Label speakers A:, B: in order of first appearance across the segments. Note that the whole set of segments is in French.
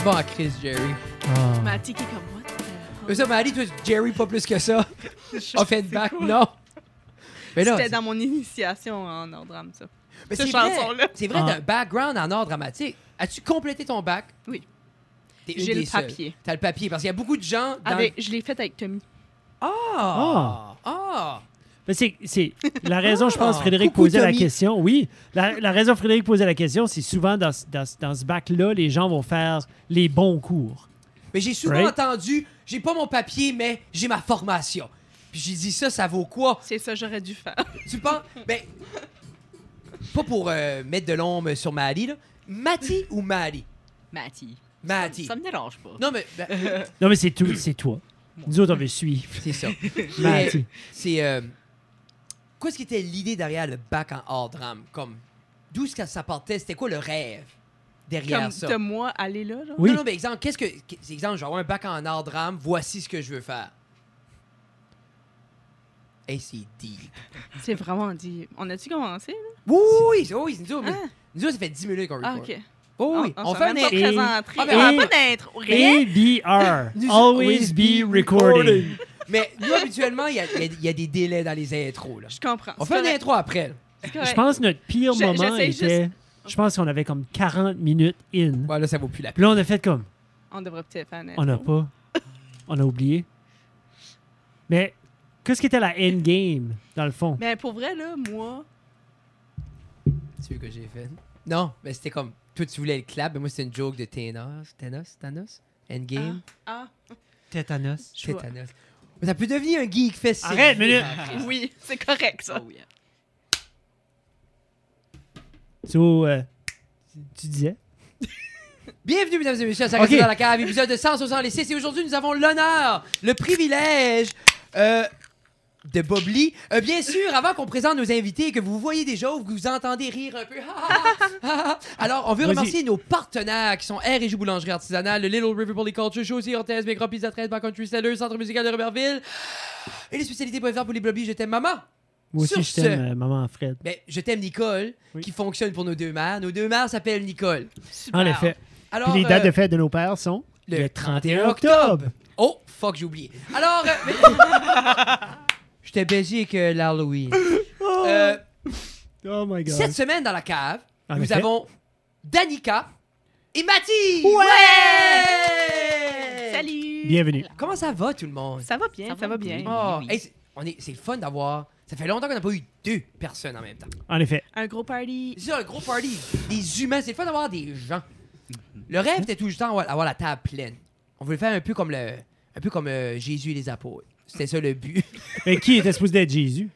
A: fort à Chris, Jerry.
B: Ma tiki comme moi.
A: Mais ça, mais Ali, toi, Jerry, pas plus que ça. Offenbach, non. Mais là,
B: C'était dans mon initiation en ordre drame, ça.
A: mais
B: cette
A: c'est vrai.
B: chanson-là.
A: C'est vrai,
C: Ah.
A: d'un background en art dramatique. As-tu complété ton bac?
B: Oui.
A: T'es une
B: J'ai
A: des
B: le
A: seules.
B: papier.
A: T'as le papier, parce qu'il y a beaucoup de gens dans...
B: Avec, Je l'ai faite avec Tommy.
A: Ah! Ah!
C: Mais c'est, c'est la raison, je pense,
A: Ah,
C: Frédéric
A: coucou,
C: posait la
A: Tommy.
C: question. Oui, la, la raison, Frédéric posait la question, c'est souvent dans, ce- dans, ce- dans ce bac-là, les gens vont faire les bons cours.
A: Mais j'ai souvent
C: Right.
A: entendu, j'ai pas mon papier, mais j'ai ma formation. Puis j'ai dit ça, ça vaut quoi?
B: C'est ça que j'aurais dû faire.
A: Tu penses... Ben, pas pour euh, mettre de l'ombre sur Mali, là. Mati ou Mali?
D: Matty.
A: Mati.
D: Ça me dérange pas.
A: Non, mais... ben,
C: Non, mais c'est tout, c'est toi. Nous autres, on veut suivre.
A: c'est ça.
C: Mais,
A: Mais- C'est. euh, Qu'est-ce qui était l'idée derrière le bac en hors drame? Comme. D'où est-ce que ça partait? C'était quoi le rêve derrière
B: Comme
A: ça?
B: de moi, aller là, genre.
C: Oui.
A: Non, non, mais exemple, qu'est-ce que. qu'est- Exemple, genre un bac en hors drame, voici ce que je veux faire. Hey, c'est deep.
B: C'est vraiment dit. On a-tu commencé? là?
A: Oui, oui, oui, oui, nous autres, mais-
B: Ah.
A: nous autres, ça fait 10 minutes qu'on
B: Ah,
A: record.
B: ok.
A: Oh, oui,
B: on,
A: on, fait un
B: même pas
C: Et-
B: présenté.
A: Ah,
B: Ah,
A: ben,
B: on
C: et-
B: a pas d'intro. Rien.
C: ABR,
A: Nous-
C: always be recording.
A: Mais nous, habituellement, il y a, il y a- il y a des délais dans les intros. Là.
B: Je comprends.
A: On fait un intro après.
C: Je pense que notre pire
B: Je-
C: moment
B: j'essaie
C: était. Je pense qu'on avait comme 40 minutes in.
A: Voilà, ça vaut plus la peine.
C: Puis là, on a fait comme.
B: On devrait peut-être faire un intro.
C: On n'a pas. On a oublié. Mais qu'est-ce qui était la endgame, dans le fond?
B: Mais pour vrai, là, moi,
A: Tu veux que j'ai fait? Non, mais c'était comme. Toi, tu voulais le clap, mais moi, c'était une joke de Thanos. Thanos? Thanos? Endgame?
B: ah,
C: Tétanos.
B: je
A: c'est
B: vois.
A: Thanos. Mais ça peut devenir un geek fest. Ah, c'est
C: Arrête,
A: vrai.
C: minute.
B: Oui, c'est correct, ça.
D: Oh, yeah.
C: So, euh, tu disais?
A: Bienvenue, mesdames et messieurs, à Ça
C: Ok.
A: reste dans la cave, épisode de 166. Et aujourd'hui, nous avons l'honneur, le privilège euh, de Bob Lee. Euh, bien sûr, avant qu'on présente nos invités et que vous voyez déjà ou que vous entendez rire un peu. Alors, on veut
C: Vas-y.
A: remercier nos partenaires qui sont R et J Boulangerie Artisanale, le Little River Polyculture, Chaussée, Orthez, Micro, Pizza 13, Back Country Seller, Centre Musical de Robertville. Et les spécialités pour faire pour les blobbies, je t'aime maman.
C: Moi
A: Sur
C: aussi, je t'aime, euh, maman Fred.
A: Ben, je t'aime Nicole,
C: Oui.
A: qui fonctionne pour nos deux mères. Nos deux mères s'appellent Nicole.
B: Super.
C: En effet.
A: Alors,
C: Puis les dates
A: euh,
C: de fête de nos pères sont
A: le
C: le 31
A: octobre.
C: octobre.
A: Oh, fuck, j'ai oublié. Alors, euh, mais- je t'ai baisé avec euh, l'Halloween. Euh,
C: Oh my god.
A: cette semaine dans la cave,
C: En
A: nous
C: effet.
A: avons Danica et Mathis.
B: Ouais!
A: Ouais!
B: Salut!
C: Bienvenue.
A: Comment ça va tout le monde?
B: Ça va bien, ça,
D: Ça
B: va,
D: va
B: bien.
D: bien.
A: Oh,
D: Oui, oui.
A: hey, c'est- on est, c'est le fun d'avoir. Ça fait longtemps qu'on n'a pas eu deux personnes en même temps.
C: En effet.
B: Un gros party.
A: C'est ça, un gros party, des humains. C'est le fun d'avoir des gens. Le rêve était tout le temps avoir la table pleine. On voulait faire un peu comme le, un peu comme euh, Jésus et les apôtres. C'était ça le but.
C: Mais qui était supposé d'être Jésus?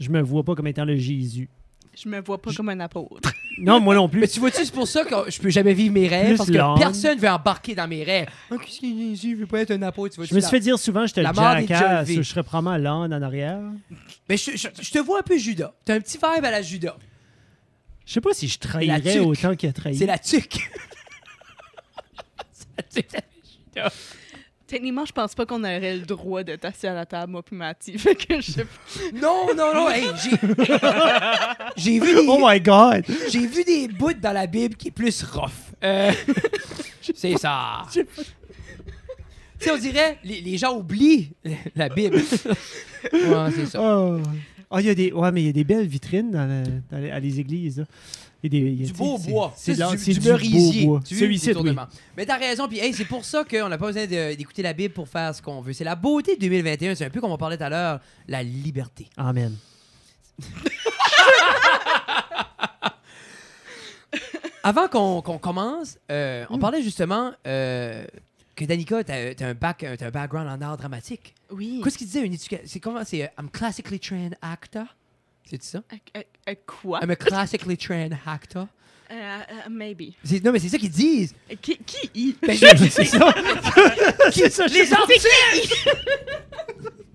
C: Je me vois pas comme étant le Jésus.
B: Je me vois pas comme un apôtre.
C: Non, moi non
A: Mais
C: plus.
A: tu vois-tu, c'est pour ça que je peux jamais vivre mes rêves,
C: Plus
A: parce que
C: l'âme.
A: personne veut embarquer dans mes rêves. Ah, Qu'est-ce que Jésus veut pas être un apôtre, tu vois
C: Je me suis fait dire souvent, j'étais
A: La
C: le
A: mort des
C: jackass,
A: John V.
C: je serais probablement l'âne en arrière.
A: ah, Mais je, je- je te vois un peu Judas. T'as un petit vibe à la Judas.
C: Je sais pas si je
A: La
C: trahirais
A: tuque.
C: autant qu'il a trahi.
A: C'est la tuque. C'est la tuque.
B: Techniquement, je pense pas qu'on aurait le droit de tasser à la table, moi puis Mathieu. Fait que je sais pas.
A: non, non, non. hey, j'ai- j'ai vu, des-
C: Oh my god!
A: j'ai vu des bouts dans la Bible qui est plus rough. Euh, c'est ça. Tu sais, on dirait, les, les gens oublient la Bible. ouais, c'est ça.
C: Oh, Oh, il y a des, ouais, mais il y a des belles vitrines dans la- dans les- à les églises. là. Il y a des- il y a-
A: Du
C: tu
A: beau
C: sais, c'est-
A: bois.
C: C'est
A: Ça,
C: de la-
A: c'est
C: c'est
A: du,
C: du,
A: du merisier.
C: beau bois.
A: Tu veux,
C: Celui-ci,
A: des
C: oui.
A: tournements. Mais t'as raison. Puis hey, c'est pour ça qu'on n'a pas besoin de- d'écouter la Bible pour faire ce qu'on veut. C'est la beauté de 2021. C'est un peu comme on parlait tout à l'heure, la liberté.
C: Amen.
A: Avant qu'on qu'on commence, euh,
C: Mm.
A: on parlait justement euh, que Danica, t'as t'as un, bac, t'as un background en art dramatique.
B: Oui.
A: Qu'est-ce qu'il disait une éducation C'est comment C'est euh, I'm classically trained actor. C'est ça
B: Euh, euh, quoi?
D: Ah,
A: I'm a classically trained actor.
B: Euh, euh, maybe.
A: C'est- Non, mais c'est ça qu'ils disent.
B: Qui, qui y?
A: Ben,
C: C'est ça. C'est ça.
A: Les ensuite!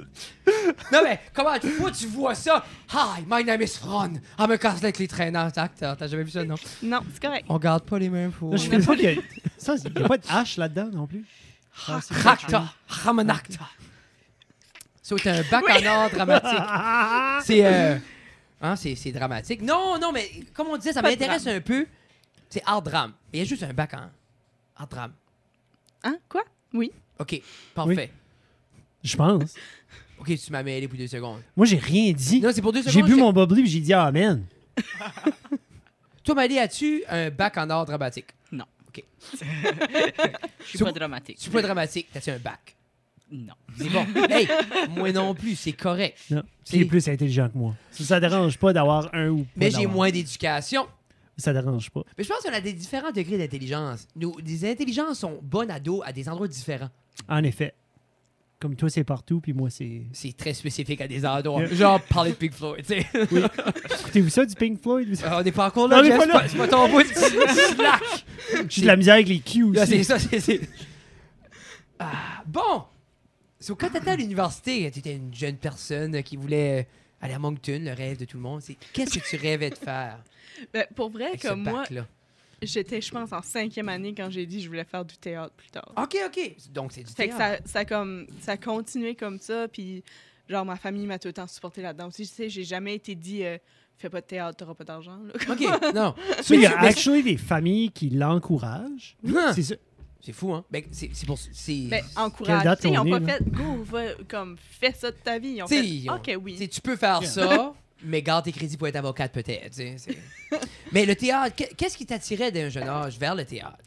A: non, mais comment tu vois, tu vois ça? Hi, my name is Fran. I'm a castle avec les traînants acteurs. T'as jamais vu ça, non?
B: Non, c'est correct.
D: Oh.
A: On garde pas les mêmes pour.
C: Là, je fais ça qu'il y a- ça, il n'y a pas de hache là-dedans non plus. Ah, c'est pas
A: Racta, Ramanacta. C'est un bac en art dramatique. C'est. euh, hein, c'est c'est dramatique. Non, non, mais comme on disait, ça
B: Pas de
A: m'intéresse un peu. C'est art drame. Mais il y a juste un bac en art drame.
B: Hein? Quoi? Oui.
A: OK, parfait.
C: Je pense.
A: OK, tu m'as mêlé pour deux secondes.
C: Moi, j'ai rien dit.
A: Non, c'est pour deux secondes.
C: J'ai bu
A: je-
C: mon bubbly et j'ai dit Amen.
A: Toi, Malie, as-tu un bac en art dramatique?
D: Non.
A: OK.
D: Je suis
A: C'est
D: pas
A: où-
D: dramatique. Euh,
A: Tu es pas dramatique, t'as-tu un bac?
D: Non.
A: C'est bon. Hey, moi non plus, c'est correct.
C: Non.
A: C'est-
C: Qui est plus intelligent que moi. Ça, ça dérange pas d'avoir un ou pas
A: Mais j'ai
C: d'avoir-
A: moins d'éducation.
C: Ça dérange pas.
A: Mais je pense qu'on a des différents degrés d'intelligence. Nos des intelligences sont bonnes à dos à des endroits différents.
C: En effet. Comme toi, c'est partout, puis moi, c'est.
A: C'est très spécifique à des endroits. Genre, parler de Pink Floyd, tu sais.
C: Écoutez-vous ça du Pink Floyd? Vous-
A: Euh, on n'est pas encore là,
C: On est
A: Jeff,
C: pas
A: c'est
C: là.
A: pas- C'est pas ton bout. tu- tu slack.
C: J'ai de la misère avec les Q
A: Là, c'est
C: aussi.
A: ça, c'est... c'est- Ah, bon! So, quand t'étais à l'université, t'étais une jeune personne qui voulait aller à Moncton, le rêve de tout le monde. C'est qu'est-ce que tu rêvais de faire
B: Ben, pour vrai,
A: avec ce
B: comme moi,
A: bac-là?
B: j'étais, je pense, en cinquième année quand j'ai dit que je voulais faire du théâtre plus tard.
A: OK, OK. Donc, c'est du
B: Fait que
A: théâtre.
B: ça, ça, comme, ça a continué comme ça, puis genre, ma famille m'a tout le temps supporté là-dedans aussi. Tu sais, j'ai jamais été dit euh, fais pas de théâtre, t'auras pas d'argent. là.
A: OK, non.
C: Mais il y a
A: Mais-
C: actually des familles qui l'encouragent.
A: Hein,
C: C'est ça.
A: C'est fou, hein? Ben, c'est c'est pour... C'est...
B: Ben,
C: Quelle
B: encourage.
C: date
B: Tu sais, Ils
C: on
B: ont pas
C: est, là?
B: fait go, va, comme, fais ça de ta vie. Ils ont
A: Tu sais,
B: fait
A: ils ont-
B: ok, oui.
A: t'sais, tu peux faire ça, mais garde tes crédits pour être avocate peut-être. t'sais, c'est- mais le théâtre, qu'est- qu'est-ce qui t'attirait d'un jeune âge vers le théâtre?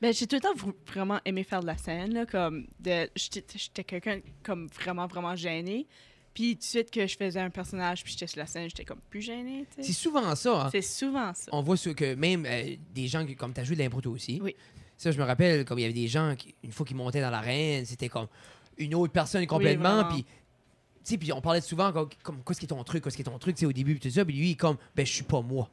B: Ben, j'ai tout le temps vr- vraiment aimé faire de la scène, là, comme de j'étais j'étais quelqu'un comme vraiment vraiment gêné. Puis tout de suite que je faisais un personnage, puis j'étais sur la scène, j'étais comme plus gênée, tu
A: C'est
B: sais.
A: souvent ça, hein?
B: C'est souvent ça.
A: on voit ce que même euh, des gens qui- comme tu as joué de l'impro toi aussi.
B: Oui.
A: Ça, je me rappelle, comme il y avait des gens qui, une fois qu'ils montaient dans l'arène, c'était comme une autre personne complètement.
B: vraiment.
A: puis, tu sais, puis on parlait souvent comme, comme qu'est-ce qui est ton truc, qu'est-ce qui est ton truc, tu sais, au début, puis tout ça. Puis lui, il est comme, ben, je suis pas moi.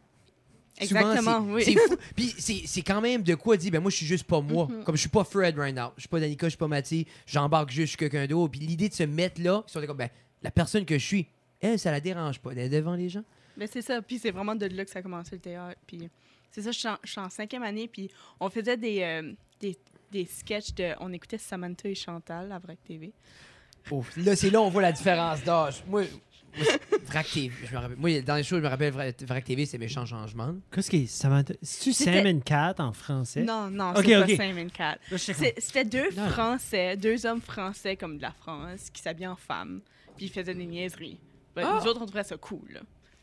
A: Souvent,
B: Exactement,
A: c'est-
B: oui.
A: C'est fou. Puis c'est c'est quand même de quoi dire, ben moi, je suis juste pas moi.
B: Mm-hmm.
A: Comme je suis pas Fred right now. Je suis pas Danica, je suis pas Mathieu. J'embarque juste, je suis quelqu'un d'autre. Puis l'idée de se mettre là, ils sont comme, ben, la personne que je suis, elle, ça la dérange pas d'être devant les gens.
B: Mais Ben, c'est ça, puis c'est vraiment de là que ça a commencé le théâtre. Puis c'est ça, je suis en- je suis en cinquième année, puis on faisait des, euh, des, des sketchs de. On écoutait Samantha et Chantal à Vrac TV.
A: Oh, là, c'est là où on voit la différence d'âge. Moi, moi, c'est- Vrac TV, je me rappelle. Moi, dans les choses, je me rappelle Vrac, Vrac TV, c'est méchant changement.
C: Qu'est-ce que Samantha. C'est-tu
B: C'était-
C: Sam and Cat en français?
B: Non, non,
C: Ok,
B: c'est
C: ok.
B: pas 524.
C: Là, je sais
B: C'est- C'était deux
A: Non.
B: Français, deux hommes français comme de la France qui s'habillaient en femme, puis ils faisaient des niaiseries. Ben,
A: Ah!
B: Nous autres, on trouvait ça cool. là.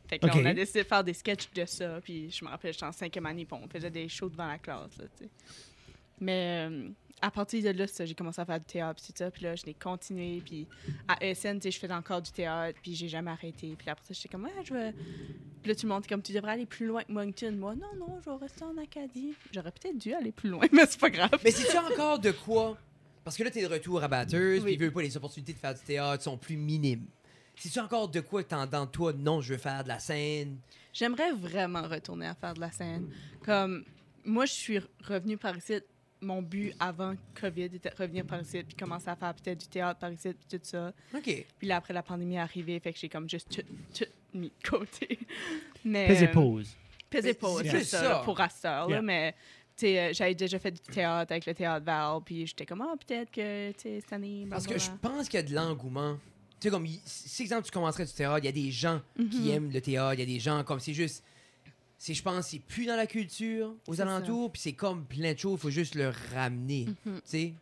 B: Fait que là,
C: Ok.
B: on a décidé de faire des sketchs de ça, puis je me rappelle, j'étais en cinquième année, puis on faisait des shows devant la classe. là, tu sais. Mais euh, à partir de là, c'est ça, j'ai commencé à faire du théâtre, puis tout ça, puis là, je l'ai continué, puis à ESN, tu sais, je faisais encore du théâtre, puis j'ai jamais arrêté. Puis là, après ça, j'étais comme, ah, je veux... Puis là, tout le monde était comme, tu devrais aller plus loin que Moncton. Moi, non, non, je vais rester en Acadie. J'aurais peut-être dû aller plus loin, mais c'est pas grave.
A: Mais c'est-tu encore de quoi? Parce que là, t'es de retour à batteuse,
B: Oui.
A: puis veux pas, les opportunités de faire du théâtre sont plus minimes. C'est-tu encore de quoi t'en dans toi, non, je veux faire de la scène?
B: J'aimerais vraiment retourner à faire de la scène. Comme, moi, je suis revenue par ici. Mon but avant COVID était de revenir par ici, puis commencer à faire peut-être du théâtre par ici, puis tout ça.
A: OK.
B: Puis là, après, la pandémie est arrivée, fait que j'ai comme juste tout, tout mis de côté. Mais,
C: Pesez
B: euh,
C: pause.
A: Mais
B: Pesez pause,
A: c'est
B: c'est
A: juste
B: ça,
A: ça.
B: là, pour Astor,
C: Yeah.
B: là, mais... tu sais, euh, J'avais déjà fait du théâtre avec le théâtre Val, puis j'étais comme, ah, peut-être que tu sais, cette année.
A: Parce que je
B: blablabla.
A: pense qu'il y a de l'engouement. Tu sais, comme, il- si exemple, tu commencerais du théâtre, il y a des gens
B: Mhm.
A: qui aiment le théâtre, il y a des gens comme, c'est juste. C'est, je pense, c'est plus dans la culture, aux
B: C'est ça.
A: alentours, puis c'est comme plein de choses, faut juste le ramener.
B: Mhm.
A: Tu sais,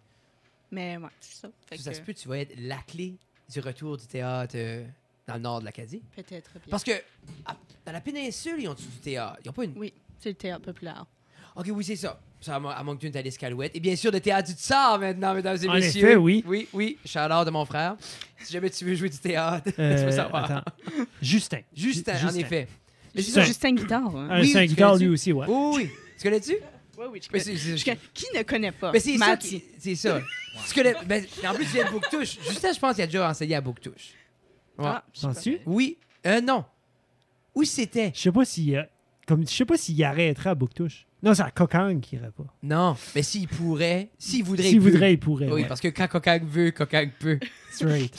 B: Mais ouais, c'est ça. Fait
A: ça
B: que,
A: se peut, tu vas être la clé du retour du théâtre euh, dans le nord de l'Acadie.
B: Peut-être bien.
A: Parce que à- dans la péninsule, ils ont du théâtre. Ils ont pas une.
B: Oui, c'est le théâtre populaire.
A: Ok, oui, c'est ça. Ça, à Mo- à Moncton, t'as l'escalouette. Et bien sûr, le théâtre du Tsar maintenant, mesdames et
C: En
A: messieurs.
C: effet, oui.
A: Oui, oui. Chaleur de mon frère. Si jamais tu veux jouer du théâtre, tu
C: Euh,
A: peux savoir.
C: attends. Justin.
A: Juste en- en effet. Mais c'est
B: Juste
A: ça,
C: Justin.
B: Justin Guitard. hein.
C: Un
A: Oui,
C: c'est un
A: tu Oh.
C: guitare,
A: connais-tu?
C: lui aussi, ouais.
A: Oui, oui. Tu connais-tu?
B: Oui, oui, je
A: Mais
B: connais.
A: c'est- c'est-
B: je connais- Qui ne connaît pas?
A: mais c'est ça.
B: Matt,
A: qui- C'est ça. Tu connais. ben, en plus, tu viens de Bouctouche. Justin, je pense qu'il a déjà enseigné à Bouctouche. Ouais.
B: Ah, je sais pas.
C: Penses-tu?
A: Oui. Euh, non. Où c'était?
C: Je sais pas s'il euh, comme je sais pas s'il arrêterait à Bouctouche. Non, c'est à Cocagne qu'il irait pas.
A: Non. Mais s'il pourrait, s'il voudrait.
C: S'il
A: peut.
C: voudrait, il pourrait.
A: Oui,
C: ouais.
A: parce que quand Cocagne veut, Cocagne peut.
C: Straight.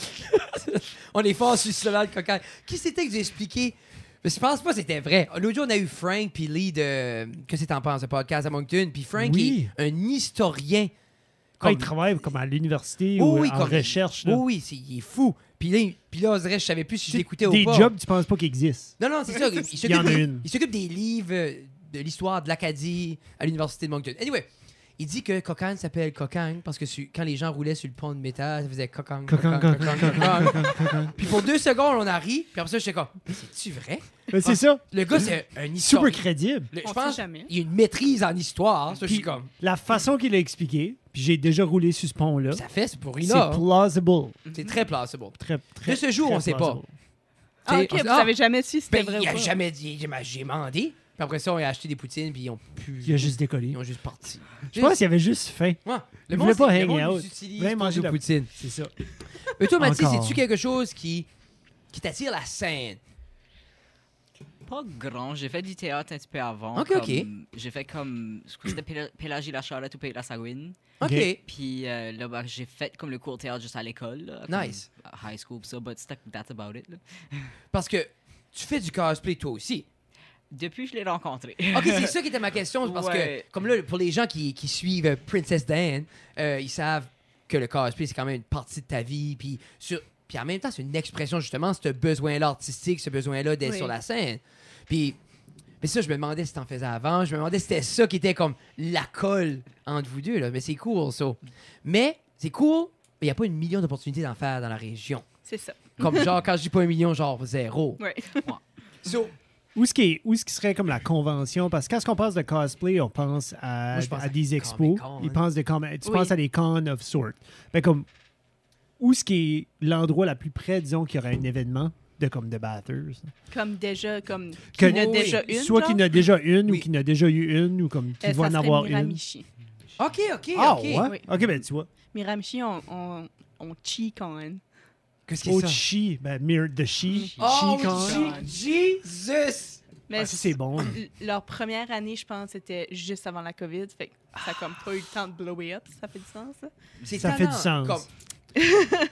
A: On est fort sur cela de cocagne. Qui c'était que j'ai expliqué? Mais je pense pas que c'était vrai. L'autre jour, on a eu Frank puis Lee de... Que c'est en pense, un podcast à Moncton. Puis Frank
C: Oui.
A: est un historien.
C: Quand
A: Comme-
C: il travaille comme à l'université
A: Oh
C: ou
A: oui,
C: en
A: comme-
C: recherche.
A: Oui,
C: là.
A: oui, c'est- il est fou. Puis là, il- puis là, on dirait, je savais plus si je
C: Tu-
A: l'écoutais ou
C: Des
A: pas.
C: jobs, tu penses pas qu'ils existent.
A: Non, non, c'est ça.
C: Il y
A: Il, il
C: en
A: s'occupe
C: a
A: des-
C: une.
A: il s'occupe des livres euh, de l'histoire de l'Acadie à l'université de Moncton. Anyway, Il dit que cocagne s'appelle cocagne parce que su- quand les gens roulaient sur le pont de métal, ça faisait cocagne,
C: Cocagne,
A: cocagne, cocagne,
C: cocagne,
A: cocagne. Puis pour deux secondes, on a ri. Puis après ça, j'étais comme, c'est-tu vrai?
C: Mais c'est ça.
A: Le gars, c'est un
C: Super
A: historien.
C: crédible.
A: Le-
B: On
A: Je
B: sait
A: pense
B: jamais. hein.
A: qu'il y a une maîtrise en histoire. Ça, je suis
C: Puis-
A: comme,
C: La façon qu'il a expliqué, puis j'ai déjà roulé sur ce pont-là,
A: ça fait, c'est pour
C: c'est
A: Rina. hein.
C: plausible.
A: C'est très plausible.
C: Très, très,
A: De ce jour,
C: très
A: on sait pas.
C: plausible.
B: Ah,
A: T'sais,
B: ok,
A: on-
B: vous
A: ah,
B: savez jamais si c'était
A: Ben,
B: vrai
A: il
B: ou
A: a
B: pas.
A: jamais dit, j'ai j'ai demandé. Puis après ça, on a acheté des poutines, puis ils ont pu.
C: Il a juste décollé.
A: Ils ont juste parti.
C: Je pense qu'il y avait juste faim.
A: Ouais.
C: Il
A: Le
C: voulait
A: monde,
C: pas
A: c'est-
C: hang
A: le monde
C: out. Il
A: s'utilise
C: voulait
A: pour
C: manger
A: nos
C: la-
A: poutines.
C: C'est ça.
A: Mais toi, Mathis,
C: Encore.
A: c'est-tu quelque chose qui, qui t'attire la scène?
D: Pas grand, j'ai fait du théâtre un petit peu avant.
A: Ok, ok.
D: comme- J'ai fait comme. je crois que C'était Péla- Pélagie la Charlotte ou Pélagie la Sagouine.
A: OK.
C: Ok.
D: Puis euh, là, bah, j'ai fait comme le cours de théâtre juste à l'école. là, comme
A: Nice.
D: à High school, pis ça, but stuck, that's about it. là.
A: Parce que tu fais du cosplay toi aussi.
D: Depuis, je l'ai rencontré.
A: OK, c'est ça qui était ma question. Parce
D: Ouais.
A: que, comme là, pour les gens qui, qui suivent euh, Princess Dan, euh, ils savent que le cosplay, c'est quand même une partie de ta vie. Puis, sur... puis en même temps, c'est une expression, justement, ce besoin-là artistique, ce besoin-là d'être
B: Oui.
A: sur la scène. Puis, mais ça, je me demandais si t'en faisais avant. Je me demandais si c'était ça qui était comme la colle entre vous deux. Là. Mais c'est cool, ça. Mais c'est cool, mais il n'y a pas une million d'opportunités d'en faire dans la région.
B: C'est ça.
A: Comme genre, quand je dis pas un million, genre zéro.
B: Ouais.
A: So,
C: Où ce qui, est- où ce qui serait comme la convention? Parce que quand on pense de cosplay, on pense à,
A: Moi, je pense
C: à
A: à
C: des expos.
A: Comic-Con,
C: Il
A: hein.
C: pense de com- tu
B: Oui.
C: penses à des cons of sort. Ben, comme, où ce qui est l'endroit la plus près, disons, qu'il y aurait un événement de comme de Bathurst?
B: Comme déjà, comme. euh,
C: Que-
B: Qu'il y en a
A: Oui.
B: déjà une.
C: Soit
B: genre,
C: qu'il y en a déjà une ou
A: Oui.
C: qu'il y en a déjà eu une ou comme
B: euh,
C: qu'il va
B: ça
C: en
B: serait
C: avoir une.
B: Miramichi.
A: OK, OK,
C: Ah
A: OK.
C: ouais?
B: oui.
C: Ok, ben tu vois.
B: Miramichi, on, on, on chi quand même.
A: Qu'est-ce que
C: Oh,
A: c'est ça?
C: chi, ben, Mir de chi.
A: Oh,
C: Chi con.
B: chi.
A: Je- Jesus!
B: Mais
C: Ah, ça, c'est bon.
B: l- leur première année, je pense, c'était juste avant la COVID. Fait que ça a comme pas eu le temps de blower up, si ça fait du sens. ça.
A: C'est
C: Ça fait du
A: talent,
C: sens.
A: comme-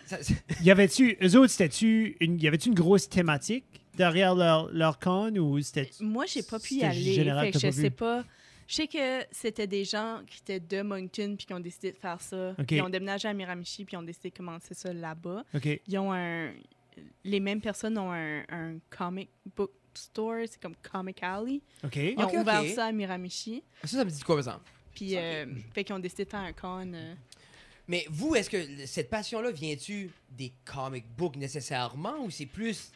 A: Ça- ça-
C: Y avait-tu, eux autres, c'était-tu une, y avait-tu une grosse thématique derrière leur, leur con ou c'était.
B: Moi, j'ai pas pu y
C: C'était
B: aller.
C: général,
B: fait que
C: t'as
B: je
C: pas vu.
B: sais pas. Je sais que c'était des gens qui étaient de Moncton puis qui ont décidé de faire ça.
C: Ok.
B: Ils ont déménagé à Miramichi puis ils ont décidé de commencer ça là-bas.
C: Ok.
B: Ils ont un. Les mêmes personnes ont un, un comic book store, c'est comme Comic Alley.
C: Ok.
B: Ils ont
A: Ok, ok.
B: ouvert ça à Miramichi.
A: ça, ça me dit de quoi, par exemple?
B: Puis, euh, fait qu'ils ont décidé de faire un con. euh,
A: Mais vous, est-ce que cette passion-là vient-tu des comic books nécessairement ou c'est plus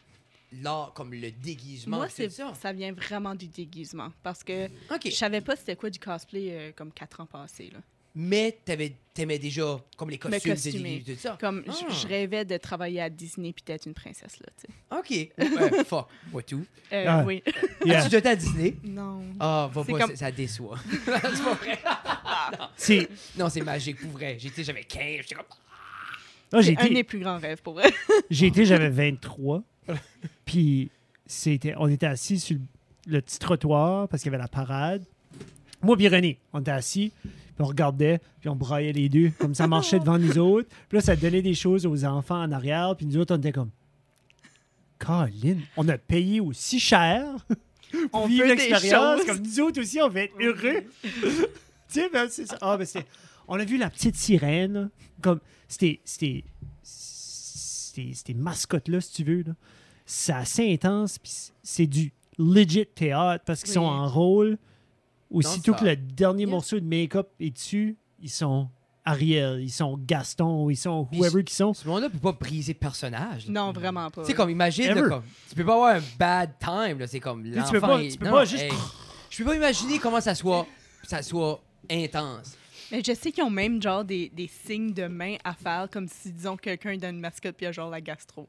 A: l'art, comme le déguisement?
B: Moi,
A: tout
B: c'est
A: ça.
B: ça vient vraiment du déguisement. Parce que
A: OK.
B: je savais pas c'était quoi du cosplay euh, comme quatre ans passés. là.
A: Mais t'avais- t'aimais déjà, comme les costumes, c'est
B: costumer.
A: déguisé, tout ça.
B: Comme j-
A: Ah.
B: je rêvais de travailler à Disney puis d'être une princesse. Là, tu sais.
A: OK. Ouais, fuck. Moi, tout.
B: Euh,
C: Ah.
B: Oui.
C: Yeah.
A: As-tu jeté à Disney?
B: non.
A: Ah, va
B: C'est
A: pas,
B: comme-
A: ça- ça déçoit. c'est pas vrai.
C: C'est.
A: Non, c'est magique, pour vrai. J'étais, j'avais 15, j'étais comme...
C: Moi, ah, j'ai
B: C'est un de
C: été,
B: mes plus grands rêves pour vrai.
C: j'ai été, j'avais 23. Puis, c'était, on était assis sur le, le petit trottoir parce qu'il y avait la parade. Moi, puis René, on était assis, puis on regardait, puis on braillait les deux, comme ça marchait devant nous autres. Puis là, ça donnait des choses aux enfants en arrière, puis nous autres, on était comme. Colin, on a payé aussi cher pour
B: On
C: vivre
B: veut des
C: l'expérience.
B: choses.
C: Comme nous autres aussi, on va être heureux. tu sais, ben, c'est ça. Ah, ben, c'est- on a vu la petite sirène. Comme, c'était. C'était. C'était. C'était mascotte-là, si tu veux. là. C'est assez intense, puis c'est- c'est du legit théâtre parce qu'ils sont
B: Oui.
C: en rôle. Aussitôt
A: Non,
C: que
A: ça-
C: le dernier
B: Yeah.
C: morceau de make-up est dessus, ils sont Ariel, ils sont Gaston, ils sont
A: Puis
C: whoever qu'ils sont.
A: Ce monde-là peut pas briser le personnage. là.
C: Mm.
B: Non, vraiment pas.
A: Tu sais, comme, imagine, là,
C: Ever.
A: comme, tu peux pas avoir un bad time, là, c'est comme
C: peux
A: l'enfant...
C: pas-
A: est-
C: tu peux
A: non,
C: pas juste-
A: je peux pas imaginer comment ça soit, ça soit intense.
B: Mais je sais qu'ils ont même genre des, des signes de main à faire, comme si, disons, quelqu'un donne une mascotte puis il a genre la gastro.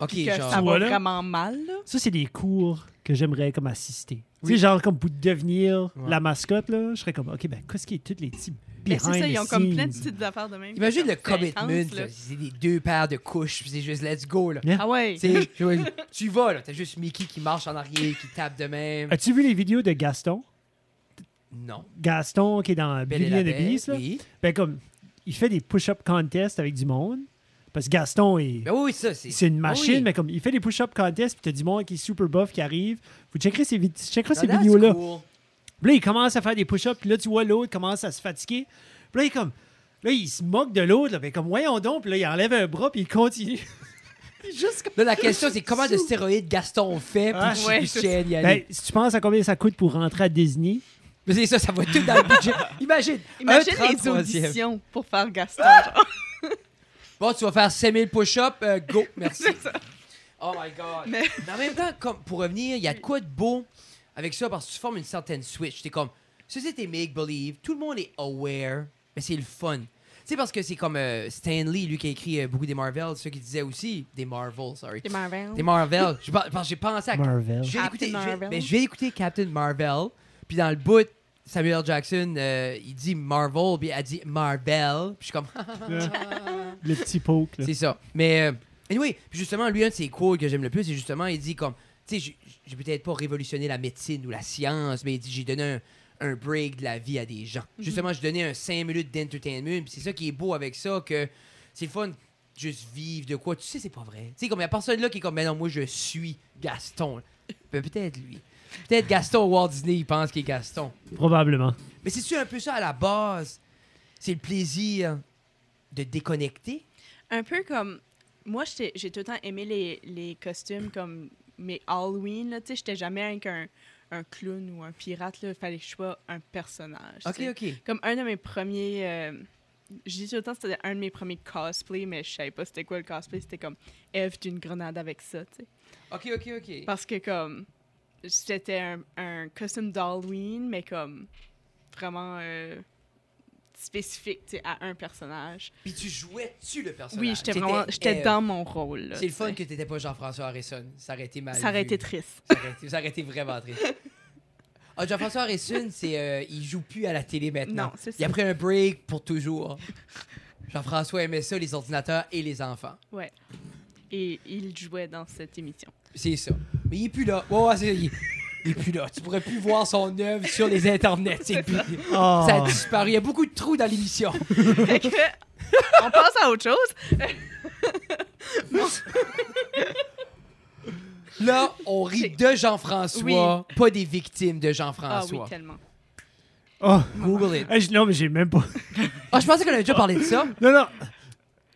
A: OK,
B: Puis que
A: genre...
B: ça va
C: Voilà.
B: vraiment mal. là.
C: Ça, c'est des cours que j'aimerais comme assister. Tu
A: Oui.
C: sais, genre comme pour devenir
A: Ouais. Ben,
C: la mascotte, là, je serais comme, OK, ben, qu'est-ce qui est toutes les petits
B: Mais c'est
C: behind
B: ça,
C: the
B: ils ont comme plein de
C: scenes?
B: petites affaires de même.
A: Imagine
B: Comme
A: le
B: c'est intense,
A: commitment, là.
B: là.
A: c'est des deux paires de couches, puis c'est juste let's go, là.
C: Yeah.
B: Ah ouais.
A: C'est- tu- tu y vas, là, t'as juste Mickey qui marche en arrière, qui tape de même.
C: As-tu vu les vidéos de Gaston?
A: Non.
C: Gaston qui est dans
A: Belle
C: Beauty
A: et
C: and
A: la
C: the
A: Bête,
C: Beast, là.
A: oui.
C: Ben, comme, il fait des push-up contests avec du monde. Parce que Gaston est.
A: Ben oui, ça, c'est...
C: C'est une machine,
A: Oui.
C: mais comme il fait des push-up contests, puis t'as du monde qui est super buff qui arrive. Vous checkerez ces, vid- checkerez
A: Ah,
C: ces
A: that's
C: vidéos-là.
A: cool.
C: Puis là, il commence à faire des push-ups, puis là, tu vois l'autre commence à se fatiguer. Puis là, il est comme. Là, il se moque de l'autre, là, puis comme, voyons donc, puis là, il enlève un bras, puis il continue. Juste
A: Là, la question, c'est comment de stéroïdes Gaston fait pour
C: Ah,
A: qu'il
B: ouais,
A: puisse
B: c'est ça.
A: y aller.
C: Ben, si tu penses à combien ça coûte pour rentrer à Disney,
A: Mais c'est ça, ça va être tout dans le budget. Imagine.
B: Imagine
A: un Ah!
B: les
A: 33e.
B: auditions pour faire Gaston. genre.
A: Bon, tu vas faire 5000 push-ups, euh, go, merci.
B: C'est ça.
A: Oh my God.
B: Mais-
A: Mais en même temps, comme, pour revenir, il y a de quoi de beau avec ça parce que tu formes une certaine switch. T'es comme, ceci c'était make-believe, tout le monde est aware, mais c'est le fun. C'est parce que c'est comme euh, Stan Lee, lui qui a écrit euh, beaucoup des Marvel, ceux qui disaient aussi des Marvel, sorry.
B: T'es Marvel.
A: Des Marvel. Je pense- parce que J'ai pensé à.
C: Marvel.
A: Je vais
B: Captain
A: écouter, je vais-
B: Marvel.
A: ben, je vais écouter Captain Marvel. Puis dans le bout, Samuel Jackson, euh, il dit Marvel, puis elle dit Marvel. Puis je suis comme.
C: le petit poke. là.
A: C'est ça. Mais, euh, anyway, puis justement, lui, un de ses quotes que j'aime le plus, c'est justement, il dit comme, tu sais, j'ai- j'ai peut-être pas révolutionné la médecine ou la science, mais il dit, j'ai donné un, un break de la vie à des gens. Justement, j'ai donné un 5 minutes d'entertainment, puis c'est ça qui est beau avec ça, que c'est le fun de juste vivre de quoi. Tu sais, c'est pas vrai. Tu sais, comme, il y a personne là qui est comme, mais non, moi, je suis Gaston. Ben, peut-être lui. Peut-être Gaston Walt Disney, il pense qu'il est Gaston.
C: Probablement.
A: Mais c'est-tu un peu ça à la base? C'est le plaisir de déconnecter?
B: Un peu comme. Moi, j'étais- j'ai tout le temps aimé les, les costumes comme mes Halloween. là, Tu sais, j'étais jamais avec un, un clown ou un pirate. Il fallait que je sois un personnage. tu
A: Ok,
B: sais.
A: ok.
B: Comme un de mes premiers. euh, je dis tout le temps, c'était un de mes premiers cosplays, mais je savais pas c'était quoi le cosplay. C'était comme Eve d'une grenade avec ça, tu sais.
A: Ok, ok, ok.
B: Parce que comme c'était un, un costume d'Halloween, mais comme vraiment euh, spécifique tu sais, à un personnage.
A: Puis tu jouais-tu le personnage?
B: Oui, j'étais
A: T'étais
B: vraiment, j'étais
A: Eve.
B: dans mon rôle. là,
A: C'est le
B: tu
A: fun
B: sais.
A: que t'étais pas Jean-François Harrison. Ça aurait été mal
B: Ça aurait
A: vu.
B: été triste.
A: Ça aurait été- ça aurait été vraiment triste. Ah, Jean-François Harrison, c'est, euh, il joue plus à la télé maintenant.
B: Non, c'est ça.
A: Il a pris un break pour toujours. Jean-François aimait ça, les ordinateurs et les enfants.
B: Ouais. Et il jouait dans cette émission.
A: C'est ça. Mais il est plus là. Ouais, ouais, c'est- il, il est plus là. Tu pourrais plus voir son œuvre sur les internets. C'est plus-
C: Oh.
A: Ça a disparu. Il y a beaucoup de trous dans l'émission.
B: Fait que, on passe à autre chose.
A: Là, on rit de Jean-François, pas des victimes de
B: Ah oui,
A: Jean-François.
B: tellement.
C: Oh.
A: Google it.
C: Hey, je- non, mais j'ai même pas.
A: Ah, je pensais qu'on avait déjà parlé de ça.
C: Non, non.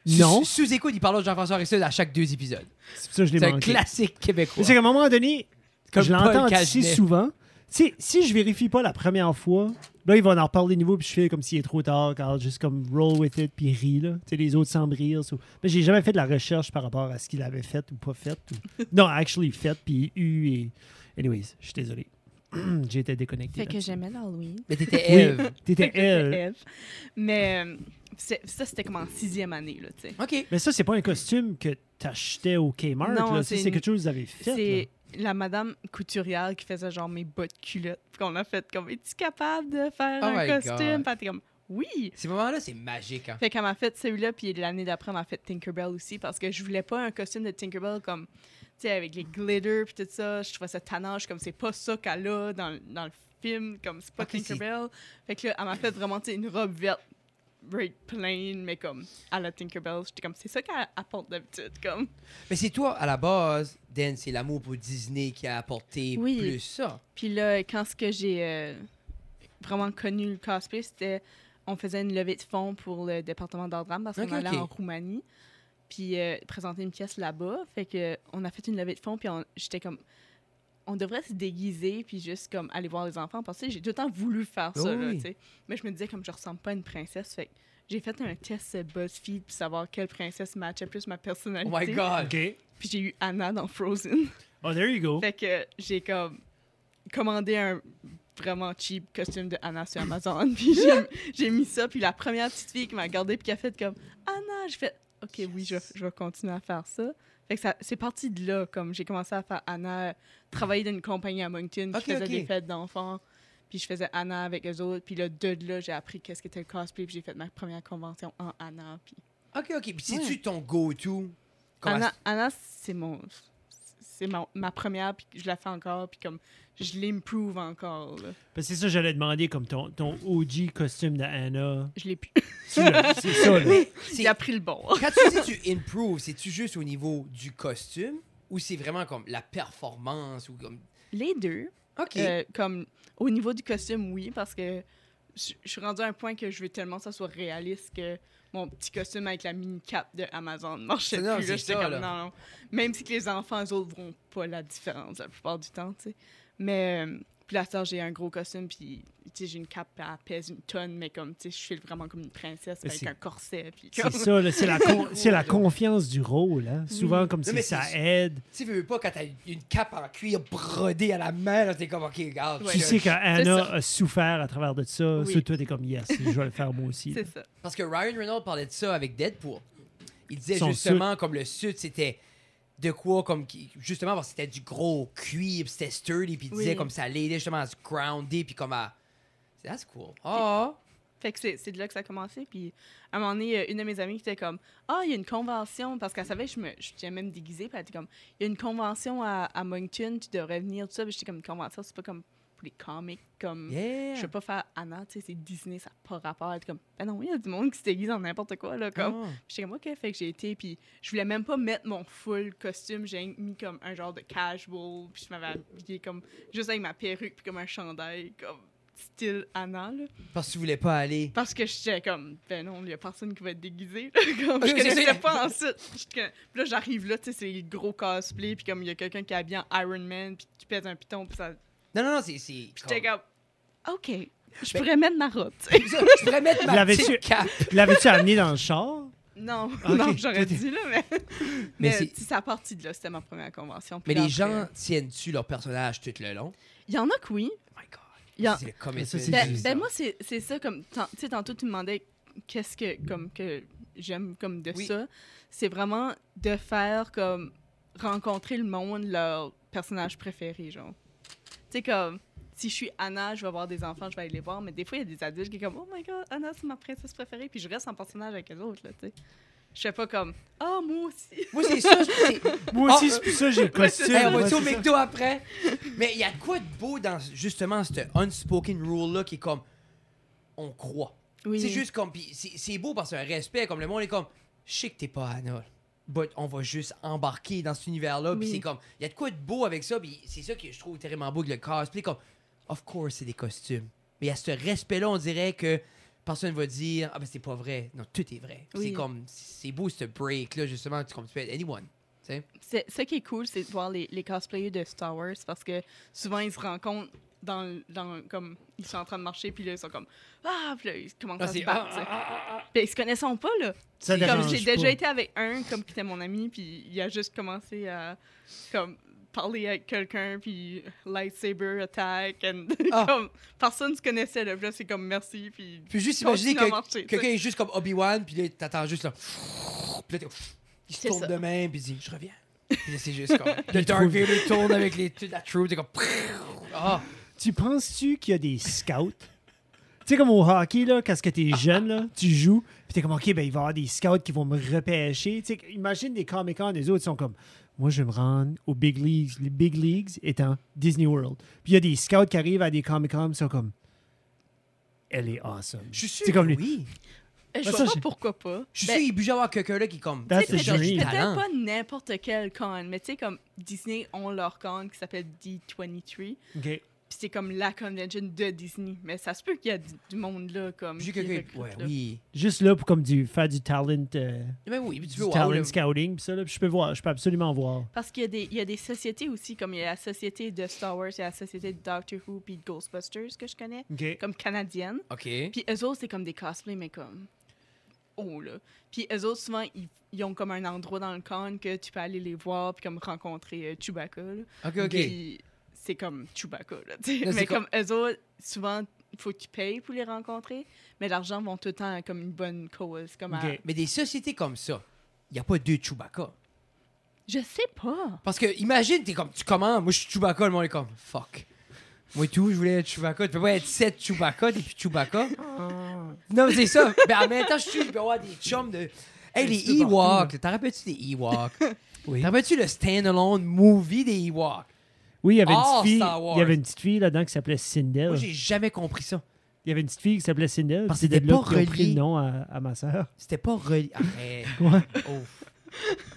C: Non.
A: Sous, sous écoute, il parle de Jean-François Harrison à chaque deux épisodes.
C: C'est pour ça que je l'ai
A: C'est un
C: manqué.
A: classique québécois.
C: Mais C'est qu'à un moment donné,
A: Comme
C: je l'entends
A: Paul
C: si
A: Cagenet.
C: souvent. Tu sais, si je vérifie pas la première fois, là, ils vont en reparler de nouveau, puis je fais comme s'il est trop tard, quand juste comme roll with it, puis ris, là. Tu sais, les autres semblent rire. so- Mais j'ai jamais fait de la recherche par rapport à ce qu'il avait fait ou pas fait. ou- non, actually fait, puis eu et. Anyways, je suis désolé. j'ai été déconnecté. là.
B: j'aimais l'Halloween.
A: Mais t'étais Eve.
C: Oui, t'étais elle.
B: Mais euh, c'est- ça, c'était comme en sixième année, là, tu sais.
A: OK.
C: Mais ça, c'est pas un costume que t'achetais au Kmart,
B: Non,
C: là. Ça,
B: c'est
C: C'est
B: une-
C: quelque chose que vous avez fait. là.
B: C'est la madame couturière qui faisait genre mes bottes culottes. Puis qu'on a fait comme, es-tu capable de faire
A: Oh my
B: un
A: God.
B: costume? Puis elle était comme, oui!
A: Ces moments-là, c'est magique. Hein.
B: Fait qu'elle m'a fait celui-là, puis l'année d'après, elle m'a fait Tinkerbell aussi, parce que je voulais pas un costume de Tinkerbell comme, tu sais, avec les glitters puis tout ça. Je trouvais ça tannant, je suis comme, c'est pas ça qu'elle a dans, dans le film, comme, c'est pas
A: Ok, si.
B: Tinkerbell. Fait que là, elle m'a fait vraiment, tu sais, une robe verte, break plain, mais comme, à la Tinkerbell. J'étais comme, c'est ça qu'elle apporte d'habitude, comme.
A: Mais c'est toi, à la base, Dan, c'est l'amour pour Disney qui a apporté
B: Oui.
A: plus ça.
B: Puis là, quand ce que j'ai euh, vraiment connu le cosplay, c'était on faisait une levée de fonds pour le département d'art drame parce qu'on
A: Ok,
B: allait
A: ok.
B: en Roumanie puis euh, présenter une pièce là-bas. Fait que on a fait une levée de fonds puis on- j'étais comme on devrait se déguiser puis juste comme aller voir les enfants parce que j'ai tout le temps voulu faire ça là,
A: Oui.
B: tu sais. Mais je me disais comme je ressemble pas à une princesse fait que j'ai fait un test euh, BuzzFeed pour savoir quelle princesse matchait plus ma
A: Oh
B: personnalité.
A: my God.
C: OK.
B: Puis j'ai eu Anna dans Frozen.
C: Oh, there you go.
B: Fait que j'ai comme commandé un vraiment cheap costume de Anna sur Amazon. puis j'ai- j'ai mis ça. Puis la première petite fille qui m'a regardé puis qui a fait comme Anna, je fais OK, oui, je, je vais continuer à faire ça. Fait que ça, c'est parti de là. Comme j'ai commencé à faire Anna, euh, travailler dans une compagnie à Moncton qui
A: Ok,
B: faisait
A: ok.
B: des fêtes d'enfants. Puis je faisais Anna avec eux autres. Puis là, de là, j'ai appris qu'est-ce qu'était le cosplay. Puis j'ai fait ma première convention en Anna. Puis
A: OK, OK. Puis c'est-tu
B: Ouais.
A: ton go-to? Comme
B: Anna, Anna, c'est mon. C'est ma, ma première, puis je la fais encore, puis comme je l'improve encore. là.
C: Parce que c'est ça que j'allais demander, comme ton, ton OG costume de Anna.
B: Je l'ai plus.
C: Tu l'as- c'est ça, là.
A: c'est-
B: Il a pris le bon.
A: Quand tu dis tu improves, c'est-tu juste au niveau du costume ou c'est vraiment comme la performance ou comme...
B: Les deux.
A: OK.
B: euh, comme au niveau du costume, oui, parce que je je suis rendue à un point que je veux tellement que ça soit réaliste que mon petit costume avec la mini cape de Amazon ne
A: C'est-
B: marchait plus.
A: non,
B: là.
A: c'est
B: J'étais
A: ça,
B: comme
A: là.
B: non, non. Même si que les enfants, eux autres, ne verront pas la différence la plupart du temps, tu sais. Mais euh, Puis là, ça, j'ai un gros costume, puis tu sais, j'ai une cape, elle pèse une tonne, mais comme, tu sais, je suis vraiment comme une princesse
C: Mais
B: avec
C: c'est-
B: un corset. Puis
C: C'est
B: comme-
C: ça, là, c'est la, con- c'est la confiance du rôle. hein. Souvent, comme si
A: mais
C: ça
A: c'est-
C: aide.
A: Tu veux pas quand t'as une cape en cuir brodée à la main, là, t'es comme, OK, regarde.
B: Ouais.
C: Tu
A: je-
C: sais qu'Anna
B: ça.
C: a souffert à travers de ça.
B: Oui.
C: Surtout, toi, t'es comme, yes, je vais le faire moi aussi.
B: C'est ça.
A: Parce que Ryan Reynolds parlait de ça avec Deadpool. Il disait
C: Son
A: justement comme le sud, c'était de quoi comme qui- justement parce que c'était du gros cuir, puis c'était sturdy, puis il
B: Oui.
A: disait comme ça l'aidait justement à se grounder, puis comme à That's cool. Ah!
B: Fait que c'est c'est de là que ça a commencé. Puis à un moment donné, euh, une de mes amies qui était comme Ah, il y a une convention. Parce qu'elle savait, je me je t'ai même déguisée. Puis elle était comme Il y a une convention à, à Moncton, tu devrais venir, tout ça. Puis j'étais comme Une convention, c'est pas comme pour les comics. Comme,
A: yeah.
B: je veux pas faire Anna, tu sais, c'est Disney, ça n'a pas rapport. Elle était comme Ben non, il y a du monde qui se déguise en n'importe quoi, là. Comme,
A: Ah.
B: Puis J'étais comme, OK, fait que j'ai été, puis je voulais même pas mettre mon full costume. J'ai mis comme un genre de casual, puis je m'avais habillée comme, juste avec ma perruque, puis comme un chandail, comme style Anna, là.
A: Parce que tu voulais pas aller.
B: Parce que j'étais comme, ben non, il y a personne qui va être déguisé, là. Comme,
A: Oui,
B: je
A: c'est ça.
B: connaissais pas ensuite. Je te conna- Puis là, j'arrive là, tu sais, c'est le gros cosplay, puis comme il y a quelqu'un qui est habillé en Iron Man, puis tu pèses un piton, puis ça.
A: Non, non, non, c'est. c'est
B: Puis j'étais
A: comme-
B: comme, OK, je
A: Ben-
B: pourrais mettre ma robe, tu sais.
A: Ça, je pourrais mettre ma
C: L'avais-tu-
A: petite cape.
C: L'avais-tu amené dans le char?
B: Non,
C: Ok,
B: non, j'aurais
C: toi, t'es-
B: dit, là, mais.
A: Mais
B: Mais,
A: c'est-
B: tu sais, c'est à partir de là, c'était ma première convention.
A: Mais
B: Puis
A: les
B: là, après-
A: gens tiennent-tu leur personnage tout le long?
B: Il y en a que oui.
A: Oh my god.
B: Il y en-
A: C'est le comic-
C: Ça, c'est
B: Ben,
C: du-
B: ben, moi, c'est c'est ça, comme, tant- tu sais, tantôt, tu me demandais qu'est-ce que, comme, que j'aime, comme, de
A: Oui.
B: ça. C'est vraiment de faire, comme, rencontrer le monde, leur personnage préféré, genre. Tu sais, comme, si je suis Anna, je vais voir des enfants, je vais aller les voir, mais des fois, il y a des adultes qui sont comme, oh my god, Anna, c'est ma princesse préférée, puis je reste en personnage avec les autres, là, tu sais. Je fais pas comme, ah, moi aussi.
A: Moi, c'est ça. je- c'est-
C: Moi aussi,
A: Ah,
C: c'est pour ça que j'ai le costume.
A: Hey, on va
C: Ouais,
A: aller au
C: c'est ça.
A: McDo après. Mais il y a de quoi de beau dans justement ce unspoken rule-là qui est comme on croit.
B: Oui.
A: C'est juste comme. pis C'est c'est beau parce que c'est un respect. Comme le monde est comme je sais que t'es pas Anna. But on va juste embarquer dans cet univers-là. Puis
B: Oui.
A: c'est comme. Il y a de quoi de beau avec ça. Puis c'est ça que je trouve terriblement beau avec le cosplay. Comme, of course, c'est des costumes. Mais à ce respect-là, on dirait que personne va dire Ah, ben c'est pas vrai. Non, tout est vrai.
B: Oui.
A: C'est comme. C'est beau ce break-là, justement. Comme tu peux être anyone. Tu sais?
B: C'est- Ce qui est cool, c'est de voir les, les cosplayers de Star Wars parce que souvent ils se rencontrent dans, le- dans le- comme ils sont en train de marcher puis là ils sont comme ah puis là, ils commencent
A: Ah,
B: à se
A: c'est-
B: battre. tu sais. Puis ils se connaissent pas là.
C: Ça
A: C'est
B: Comme
C: dérange
B: j'ai déjà
C: pas.
B: été avec un comme qui était mon ami puis il a juste commencé à comme parler avec quelqu'un puis lightsaber attack and
A: Ah.
B: comme personne se connaissait là. Puis là c'est comme merci puis
A: Puis juste
B: Continue
A: imaginer
B: à
A: que
B: marcher, tu sais.
A: quelqu'un est juste comme Obi-Wan, puis là, t'attends juste là. Puis là, t'es- il se
B: C'est
A: tourne
B: ça.
A: de main, puis il dit Je reviens. Puis là, c'est juste comme. Le Dark Vader tourne avec les, toute la troupe, t'es comme. Ah,
C: Tu penses-tu qu'il y a des scouts? Tu sais, comme au hockey, là, quand ce que t'es jeune, là, tu joues, puis t'es comme, OK, ben, il va y avoir des scouts qui vont me repêcher. Tu sais, imagine des Comic-Con, les autres sont comme, moi, je vais me rendre aux Big Leagues. Les Big Leagues étant Disney World. Puis il y a des scouts qui arrivent à des Comic-Con, ils sont comme, elle est awesome.
A: je suis sûr.
C: C'est comme
A: que
C: lui.
A: Oui. ben,
B: Euh, je
C: Ah,
B: vois
C: ça,
B: pas
C: j'ai-
B: pourquoi pas.
A: Je suis
B: Ben,
A: sûr, il peut y avoir quelqu'un là qui est comme.
C: That's
A: Ah, c'est
C: the
A: genre
C: dream.
A: du
B: Peut-être
A: talent.
B: pas n'importe quel con, mais tu sais, comme Disney ont leur con qui s'appelle D23. Puis
C: OK.
B: c'est comme la convention de Disney. Mais ça se peut qu'il y a du, du monde là. comme
A: J'ai
B: qui
A: quelqu'un. Ouais,
B: recrute, là.
A: oui.
C: Juste là pour comme du, faire du talent, euh,
A: Mais oui, puis tu
C: du
A: peux voir.
C: talent
A: le-
C: scouting, puis ça, là, puis je peux voir, je peux absolument voir.
B: Parce qu'il y, a des- il y a des sociétés aussi, comme il y a la société de Star Wars, il y a la société de Doctor Who, puis de Ghostbusters que je connais,
C: OK.
B: comme canadienne.
A: Ok.
B: Puis eux autres, c'est comme des cosplays, mais comme. Oh là. Puis eux autres, souvent, ils, ils ont comme un endroit dans le con que tu peux aller les voir, puis comme rencontrer euh, Chewbacca. là.
A: Ok, ok.
B: Puis c'est comme Chewbacca, là, tu sais.
A: Là, c'est
B: Mais
A: comme-
B: comme eux autres, souvent, il faut que tu payes pour les rencontrer, mais l'argent va tout le temps à comme une bonne cause. Comme à-
C: Ok.
A: Mais des sociétés comme ça, il n'y a pas deux Chewbacca.
B: Je sais pas.
A: Parce que imagine, t'es comme, tu commandes, moi je suis Chewbacca, le monde est comme, fuck. Moi et tout, je voulais être Chewbacca. Tu peux pas être 7 Chewbacca, t'es plus Chewbacca.
C: Oh.
A: non, mais c'est ça. Mais en même temps, je suis, il peut y avoir des chums de. Hey, les
C: c'est partout,
A: Ewoks, là, t'en rappelles-tu des Ewoks?
C: Oui.
A: T'en rappelles-tu le stand-alone movie des Ewoks?
C: Oui, il y avait une
A: Oh,
C: petite fille,
A: Star Wars.
C: il y avait une petite fille là-dedans qui s'appelait Sindel.
A: Moi, j'ai jamais compris ça.
C: Il y avait une petite fille qui s'appelait Sindel.
A: Parce que
C: C'était
A: c'était
C: là
A: pas
C: qu'ils ont pris
A: relié.
C: le nom à, à ma sœur.
A: C'était pas relié. Arrête.
C: Ouais.
A: Ouf.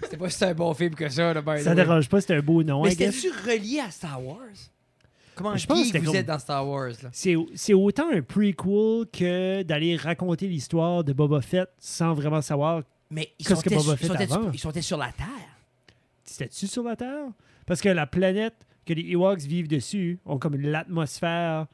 A: C'était pas si un bon film que ça, là, by the
C: Ça
A: way.
C: dérange pas, c'était un beau nom.
A: Mais
C: I guess.
A: c'était-tu relié à Star Wars? Comment
C: Je pense que
A: geek
C: c'était
A: vous
C: comme-
A: êtes dans Star Wars, là?
C: C'est c'est autant un prequel que d'aller raconter l'histoire de Boba Fett sans vraiment savoir
A: Mais ils
C: Qu'est-ce
A: sont,
C: que Boba
A: ils,
C: Fett
A: sont
C: avant?
A: ils sont sur la Terre.
C: c'était-tu sur la Terre. Parce que la planète que les Ewoks vivent dessus ont comme l'atmosphère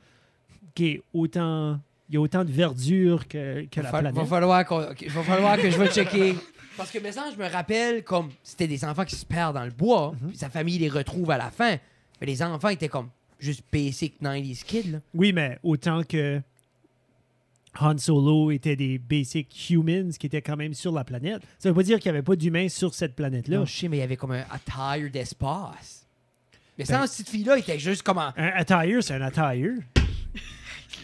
C: qui est autant. Il y a autant de verdure que, que la
A: va,
C: planète.
A: va falloir qu'on- ok, va falloir que je vais checker. Parce que maintenant, je me rappelle comme c'était des enfants qui se perdent dans le bois,
C: Mhm.
A: puis sa famille les retrouve à la fin. Mais les enfants étaient comme juste basic 90s kids. Là.
C: Oui, mais autant que Han Solo était des basic humans qui étaient quand même sur la planète, ça veut pas dire qu'il n'y avait pas d'humains sur cette planète-là.
A: Non, je sais, Oh, mais il y avait comme un attire d'espace. Mais
C: Ben-
A: sans cette fille-là, il était juste comme en-
C: Un attire, c'est un attire.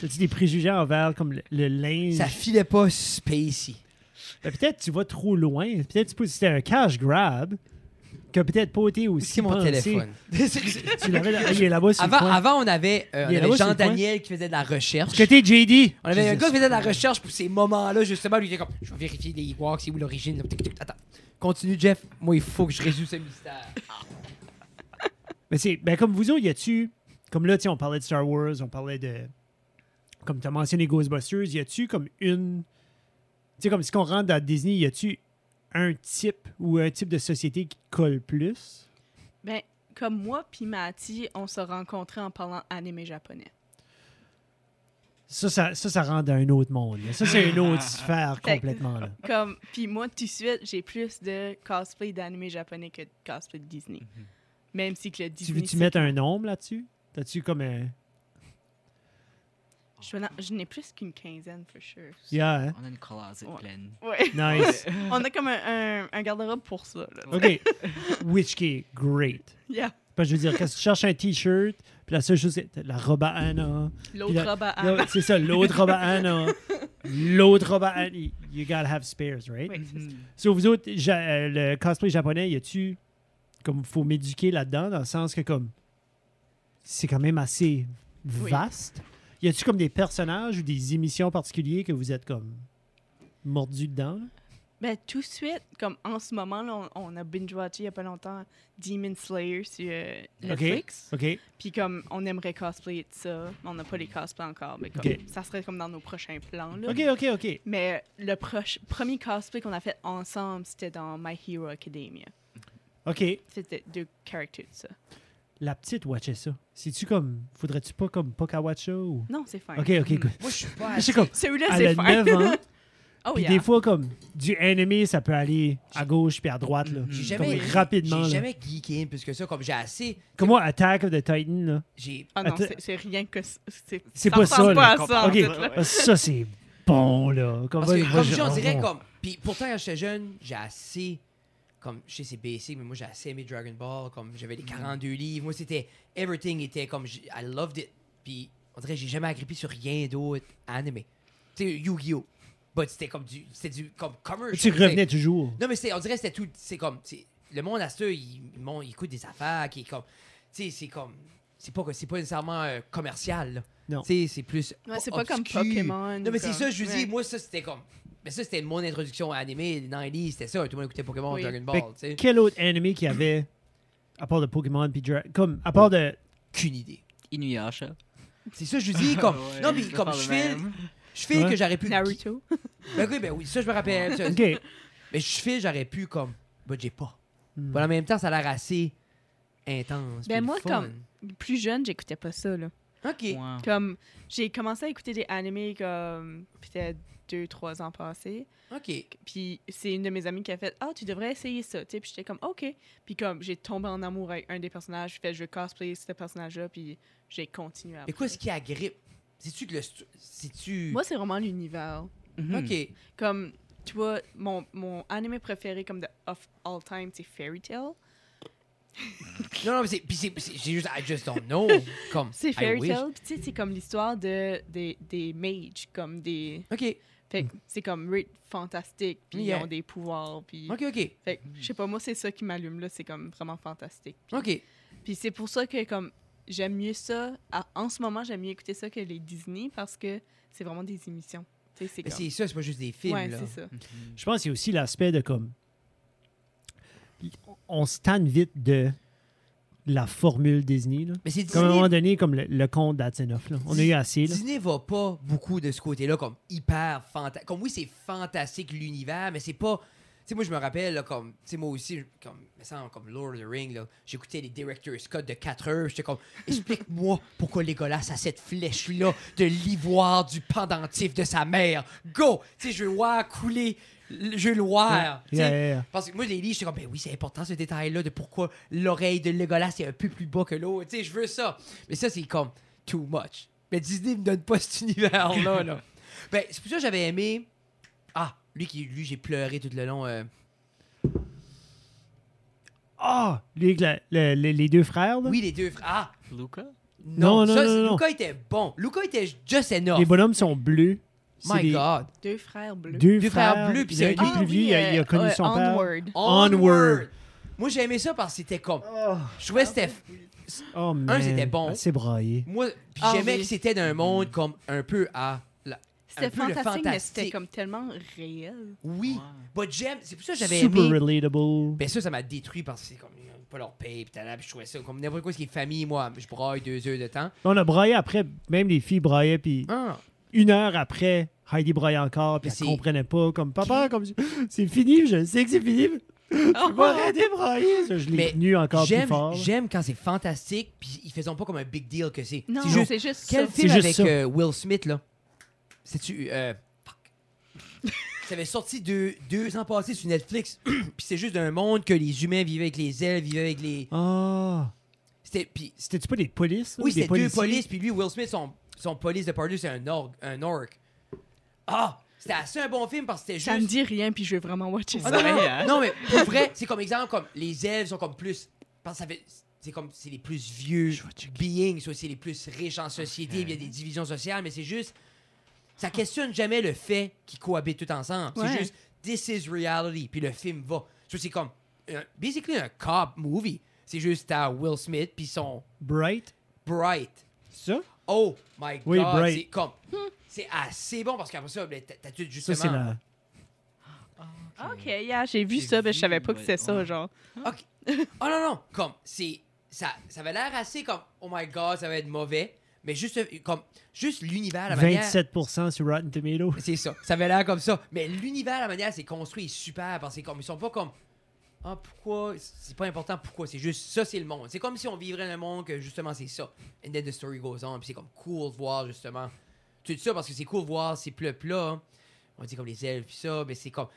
C: T'as-tu des préjugés envers comme le, le linge?
A: Ça filait pas spacey.
C: Ben, peut-être tu vas trop loin. Peut-être tu peux- c'était un cash grab qui a peut-être pas été aussi
A: C'est mon
C: pensé.
A: téléphone.
C: Tu l'avais là- Ah, il est là-bas sur le
A: avant,
C: coin.
A: avant, on avait, euh, on
C: Il est
A: avait
C: là-bas, c'est
A: Jean
C: le point.
A: Daniel qui faisait de la recherche.
C: Est-ce que t'es JD?
A: On avait un
C: Jesus.
A: gars qui faisait de la recherche pour ces moments-là, justement. Lui, il était comme Je vais vérifier les Ewoks, c'est où l'origine. Tic, tic, tic. Attends. Continue, Jeff. Moi, il faut que je résous ce mystère.
C: Mais c'est, ben comme vous autres, y a-tu, comme là, tu sais, on parlait de Star Wars, on parlait de, comme tu as mentionné Ghostbusters, y a-tu comme une, tu sais, comme si on rentre dans Disney, y a-tu un type ou un type de société qui te colle plus?
B: Ben, comme moi puis Mati, on se rencontrait en parlant anime japonais.
C: Ça, ça, ça, ça rentre dans un autre monde. là. Ça, c'est une autre sphère complètement. Là.
B: Comme, puis moi, tout de suite, j'ai plus de cosplay d'anime japonais que de cosplay de Disney. Même si que le
C: Mm-hmm. Tu
B: Disney...
C: veux-tu
B: c'est-
C: mettre un nombre là-dessus? T'as-tu comme un...
B: Je, n'en- je n'ai plus qu'une quinzaine, for sure.
C: Yeah, hein?
D: On a une closet
B: Ouais.
D: pleine.
B: Ouais.
C: Nice.
B: on a comme un, un- un garde-robe pour ça, là.
C: OK. Which qui est great.
B: Yeah.
C: Parce que je veux dire, quand tu cherches un T-shirt, puis la seule chose, c'est la robe à Anna.
B: L'autre
C: Puis la-
B: robe à
C: Là,
B: Anne.
C: C'est ça, l'autre robe à Anna. L'autre robe à Anna. You you gotta have spares, right?
B: Oui, c'est ça.
D: Mm-hmm.
C: So, vous autres, ja- euh, le cosplay japonais, y a-tu. Comme, faut m'éduquer là-dedans, dans le sens que, comme. C'est quand même assez
B: Oui.
C: vaste. Y a-tu comme des personnages ou des émissions particuliers que vous êtes, comme. mordu dedans? là?
B: Ben, tout de suite, comme en ce moment, là, on, on a binge-watché il y a pas longtemps Demon Slayer sur euh, Netflix.
C: OK.
B: Puis comme, on aimerait cosplayer de ça, mais on n'a pas les cosplays encore. Mais comme,
C: Ok.
B: ça serait comme dans nos prochains plans, là.
C: OK, OK, OK.
B: Mais le proche- premier cosplay qu'on a fait ensemble, c'était dans My Hero Academia.
C: OK.
B: C'était deux characters, ça.
C: La petite watchait ça. C'est-tu comme. Faudrait-tu pas, comme, pas qu'elle watch ça ou.
B: Non, c'est fine.
C: OK, OK, good.
A: Moi, je suis pas.
C: Je sais comme.
B: Celui-là,
C: Elle
B: Ah, c'est
C: a
B: fine.
C: 9 ans.
B: oh,
C: Puis
B: yeah.
C: des fois, comme du ennemi, ça peut aller à gauche puis à droite, là.
A: J'ai
C: Comme
A: jamais,
C: rapidement, là.
A: j'ai jamais geeké plus que ça. Comme j'ai assez.
C: Comme moi, Attack of the Titan, là.
A: J'ai.
B: Ah non,
C: Attends.
B: c'est- c'est rien que... c- C'est
C: C'est
B: ça
C: pas ça,
B: ressemble
C: là.
B: pas à ça, en
C: Ok,
B: fait, là.
C: parce que ça, c'est bon, là. Comme
A: Parce que,
C: va-
A: comme
C: va-
A: je dis, on dirait
C: va-
A: comme. Puis pourtant, quand j'étais jeune, j'ai assez. Comme, je sais, c'est basic, mais moi, j'ai assez aimé Dragon Ball. Comme, j'avais les
C: Mm.
A: 42 livres. Moi, c'était. Everything était comme. j- I loved it. Puis, on dirait, que j'ai jamais agrippé sur rien d'autre animé. Tu sais, Yu-Gi-Oh! But c'était comme du. C'était du. Comme commercial.
C: Tu
A: c'était-
C: revenais toujours.
A: Non, mais c'est, on dirait que c'était tout. C'est comme. c'est- le monde à ce, il, mon- il écoute des affaires qui est comme. Tu sais, c'est comme. C'est pas, c'est pas nécessairement euh, commercial. là.
C: Non.
A: Tu sais, c'est plus.
B: Ouais, c'est pas comme
A: obscur. Non,
B: Pokémon,
A: mais
B: comme-
A: c'est ça, je vous
B: Ouais.
A: dis, moi, ça, c'était comme. Mais ça, c'était mon introduction à animé, dans les livres, c'était ça. Tout le monde écoutait Pokémon,
B: Oui.
A: Dragon
C: Fait
A: Ball,
C: que
A: tu sais.
C: quel autre ennemi qu'il y avait, à part de Pokémon puis Dra- Comme, à part de...
A: Aucune idée.
D: Inuyasha.
A: C'est ça, je vous dis, comme. non, mais comme je file, je file
C: Ouais.
A: que j'aurais pu.
B: Naruto.
A: Ben oui, ben oui, ça, je me rappelle. ça.
C: OK.
A: Mais je file, j'aurais pu, comme. Bah, j'ai pas.
C: Hmm.
A: Mais en même temps, ça a l'air assez intense.
B: Ben
A: puis
B: moi,
A: le fun.
B: comme- Plus jeune, j'écoutais pas ça, là.
A: Ok.
B: Comme, j'ai commencé à écouter des animés comme peut-être deux, trois ans passés.
A: Ok.
B: Puis c'est une de mes amies qui a fait Ah, tu devrais essayer ça. Tu sais, puis j'étais comme OK. Puis comme j'ai tombé en amour avec un des personnages, j'ai fait je veux cosplay ce personnage-là, puis j'ai continué à.
A: Mais quoi, ce qui agrippe C'est-tu que le. stu- Hmm. C'est-tu.
B: Moi, c'est vraiment l'univers.
D: Mm-hmm.
A: Ok.
B: Comme, tu vois, mon, mon animé préféré comme de of all time, c'est Fairy Tale.
A: Non, non, mais c'est. Puis c'est. c'est- J'ai juste. I just don't know. Comme.
B: C'est
A: I
B: Fairy
A: wish.
B: Tale, puis tu sais, c'est comme l'histoire de, des, des mages, comme des.
A: Ok.
B: Fait que c'est comme rate fantastique, puis
A: Hmm. Yeah.
B: ils ont des pouvoirs, puis.
A: Ok, ok.
B: Fait que,
C: Mhm.
B: je sais pas, moi, c'est ça qui m'allume, là. C'est comme vraiment fantastique. Puis-
A: Ok.
B: Puis c'est pour ça que comme j'aime mieux ça. à- en ce moment, j'aime mieux écouter ça que les Disney parce que c'est vraiment des émissions. Tu sais, c'est
A: Mais
B: comme...
A: c'est ça, c'est pas juste des films,
B: ouais,
A: là. Mhm.
B: c'est ça.
C: Je pense qu'il y a aussi l'aspect de comme. On se tanne vite de la formule Disney. Là.
A: Mais c'est
C: Comme à un moment
A: Disney.
C: donné, comme le, le conte d'Hat's Enough. Là. On a eu assez. Là.
A: Disney va pas beaucoup de ce côté-là, comme hyper fantastique. Comme oui, c'est fantastique l'univers, mais c'est pas. sais, moi, je me rappelle, là, comme, tu sais, moi aussi, je- comme, me semble, comme Lord of the Ring, là, j'écoutais les Director's Scott de 4 heures, j'étais comme, explique-moi pourquoi Legolas a cette flèche-là de l'ivoire du pendentif de sa mère. Go! Tu sais, je veux le voir couler, je veux le voir. Tu sais,
C: Yeah, yeah, yeah.
A: parce que moi, je les lis, j'étais comme, ben oui, c'est important ce détail-là de pourquoi l'oreille de Legolas est un peu plus bas que l'autre. Tu sais, je veux ça. Mais ça, c'est comme too much. Mais Disney me donne pas cet univers-là. là. ben, c'est pour ça que j'avais aimé. Ah, lui qui lui, j'ai pleuré tout le long. euh,
C: Ah! lui avec la- le- le- les deux frères, là.
A: Oui, les deux frères. Ah,
D: Luca?
A: non,
C: Non, non,
A: ça,
C: non,
A: c'est-
C: non, non.
A: Luca était bon. Luca était just enough.
C: Les bonhommes sont bleus. C'est
A: My
C: des-
A: God.
B: Deux frères bleus. euh,
C: Deux
A: Deux frères
C: frères,
A: bleus, puis
C: Il y a
A: c'est-
C: un des
A: Ah euh,
C: plus vieux, il a, il a connu son
B: Onward.
A: Onward.
C: Onward.
A: Moi, j'ai aimé ça parce que c'était comme.
C: père.
A: Je trouvais que c'était.
C: Oh, oh man.
A: c'était bon.
C: Ah, C'est braillé.
A: Moi, puis
B: Ah,
A: j'aimais
B: oui.
A: que c'était d'un monde comme un peu à. la-
B: C'était
A: un peu le
B: fantastique, mais c'était
A: fantastique.
B: comme tellement réel.
A: Oui. But j'aime. C'est pour ça que j'avais
C: Super
A: aimé.
C: relatable.
A: Ben ça, ça m'a détruit parce que c'est comme ils ont pas leur paye, pis t'as là, pis je trouvais ça comme n'importe quoi, ce qui est famille, moi, je braille deux heures de temps.
C: On a braillé après, même les filles braillaient, puis
A: Ah,
C: une heure après, Heidi braillait encore, puis
A: Mais
C: elle
A: c'est-
C: comprenait pas, comme papa, comme c'est fini, je sais que c'est fini. Je peux pas arrêter de brailler. Ça, Je
A: Mais
C: l'ai tenu encore plus
A: j'aime,
C: fort.
A: j'aime quand c'est fantastique, puis ils faisaient pas comme un big deal que c'est.
B: Non,
A: c'est juste.
B: c'est juste
A: Quel
B: ça.
A: film
C: juste
A: avec
C: ça.
A: euh, Will Smith, là C'est-tu. Euh, fuck. ça avait sorti deux, deux ans passés sur Netflix, puis c'est juste d'un monde que les humains vivaient avec les ailes, vivaient avec les.
C: Ah!
A: C'était. Puis
C: C'était-tu pas des polices? là,
A: Oui,
C: ou des
A: c'était deux
C: policiers?
A: polices, puis lui, Will Smith, son, son police de partout, c'est un orc. Un orc. Ah! C'était assez un bon film parce que c'était
B: Ça me
A: juste.
B: dit rien, puis je veux vraiment watcher
A: Ah,
B: ça.
A: non, mais,
D: Ouais, hein.
A: non, mais pour vrai, c'est comme exemple, comme les elfes sont comme plus. Parce que ça fait. C'est comme c'est les plus vieux beings, soit c'est les plus riches en société, puis il y a des divisions sociales, mais c'est juste. Ça questionne jamais le fait qu'ils cohabitent tout ensemble. C'est
B: Ouais.
A: juste This is reality. Puis le film va. Soit c'est comme un- basically un cop movie. C'est juste à Will Smith puis son
C: Bright?
A: Bright.
C: Ça?
A: Oh my
C: Oui,
A: god,
C: Bright.
A: c'est comme. C'est assez bon parce qu'après ça, ben, t'as t'as tout
C: Ça,
A: justement.
C: c'est la.
B: Ok, yeah, j'ai vu
D: J'ai
B: ça, mais
D: vu,
B: je savais pas que
D: ouais,
B: c'était ça,
D: ouais.
B: genre.
A: Ok. Oh non, non, comme, c'est. Ça, ça avait l'air assez comme, oh my god, ça va être mauvais. Mais juste, euh, comme, juste l'univers, la manière.
C: 27% sur Rotten Tomatoes.
A: C'est ça. Ça avait l'air comme ça. Mais l'univers, la manière, c'est construit est super parce que comme, ils sont pas comme. Ah, pourquoi C'est pas important pourquoi. C'est juste ça, c'est le monde. C'est comme si on vivrait dans un monde que justement c'est ça. And then the story goes on. Puis c'est comme cool de voir justement tout ça parce que c'est cool de voir ces peuples-là. hein. On dit comme les elfes, puis ça. Mais c'est comme.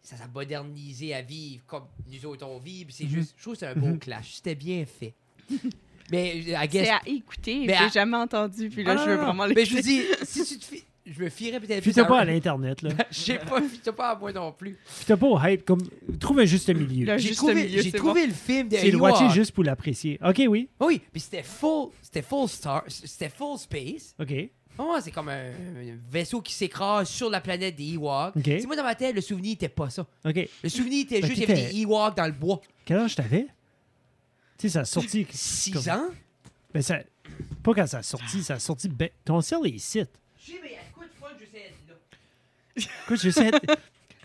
A: Ça s'est modernisé à vivre comme nous autres on vit. Puis c'est
C: Mhm.
A: juste. Je trouve que c'est un beau clash. C'était bien fait. Mais, I guess.
B: C'est à écouter,
A: Mais
B: j'ai
A: à-
B: jamais entendu, puis
A: Ah,
B: là,
A: non,
B: je veux
A: non, non.
B: vraiment
A: Mais je vous
B: l'écouter.
A: dis, si tu te fi- Je me fierais peut-être plus
C: Fais-toi pas
A: à
C: à l'Internet, là.
A: je sais pas, t'as pas à moi non plus.
C: Fais-toi pas au hype. Comme... Trouve un juste milieu.
B: Le-
A: J'ai
B: juste
A: trouvé,
B: milieu,
A: j'ai
B: c'est
A: trouvé le film de
C: C'est le
A: You
C: watcher
A: Are.
C: juste pour l'apprécier. OK, oui.
A: Oui, puis c'était full, c'était full star, c'était full space.
C: OK.
A: Oh, c'est comme un, un vaisseau qui s'écrase sur la planète des Ewoks.
C: Ok.
A: C'est moi dans ma tête, le souvenir était pas ça.
C: OK.
A: Le souvenir était
C: Ben,
A: juste qu'il y avait
C: t'étais-
A: des Ewoks dans le bois.
C: Quel âge t'avais? Tu sais, ça a sorti.
A: 6
C: comme-
A: ans.
C: Ben, ça... Pas quand ça a sorti, ça a sorti. ben- Ton ciel est ici.
A: Je sais, mais il y a quoi de fun que je sais être là.
C: Écoute, je sais.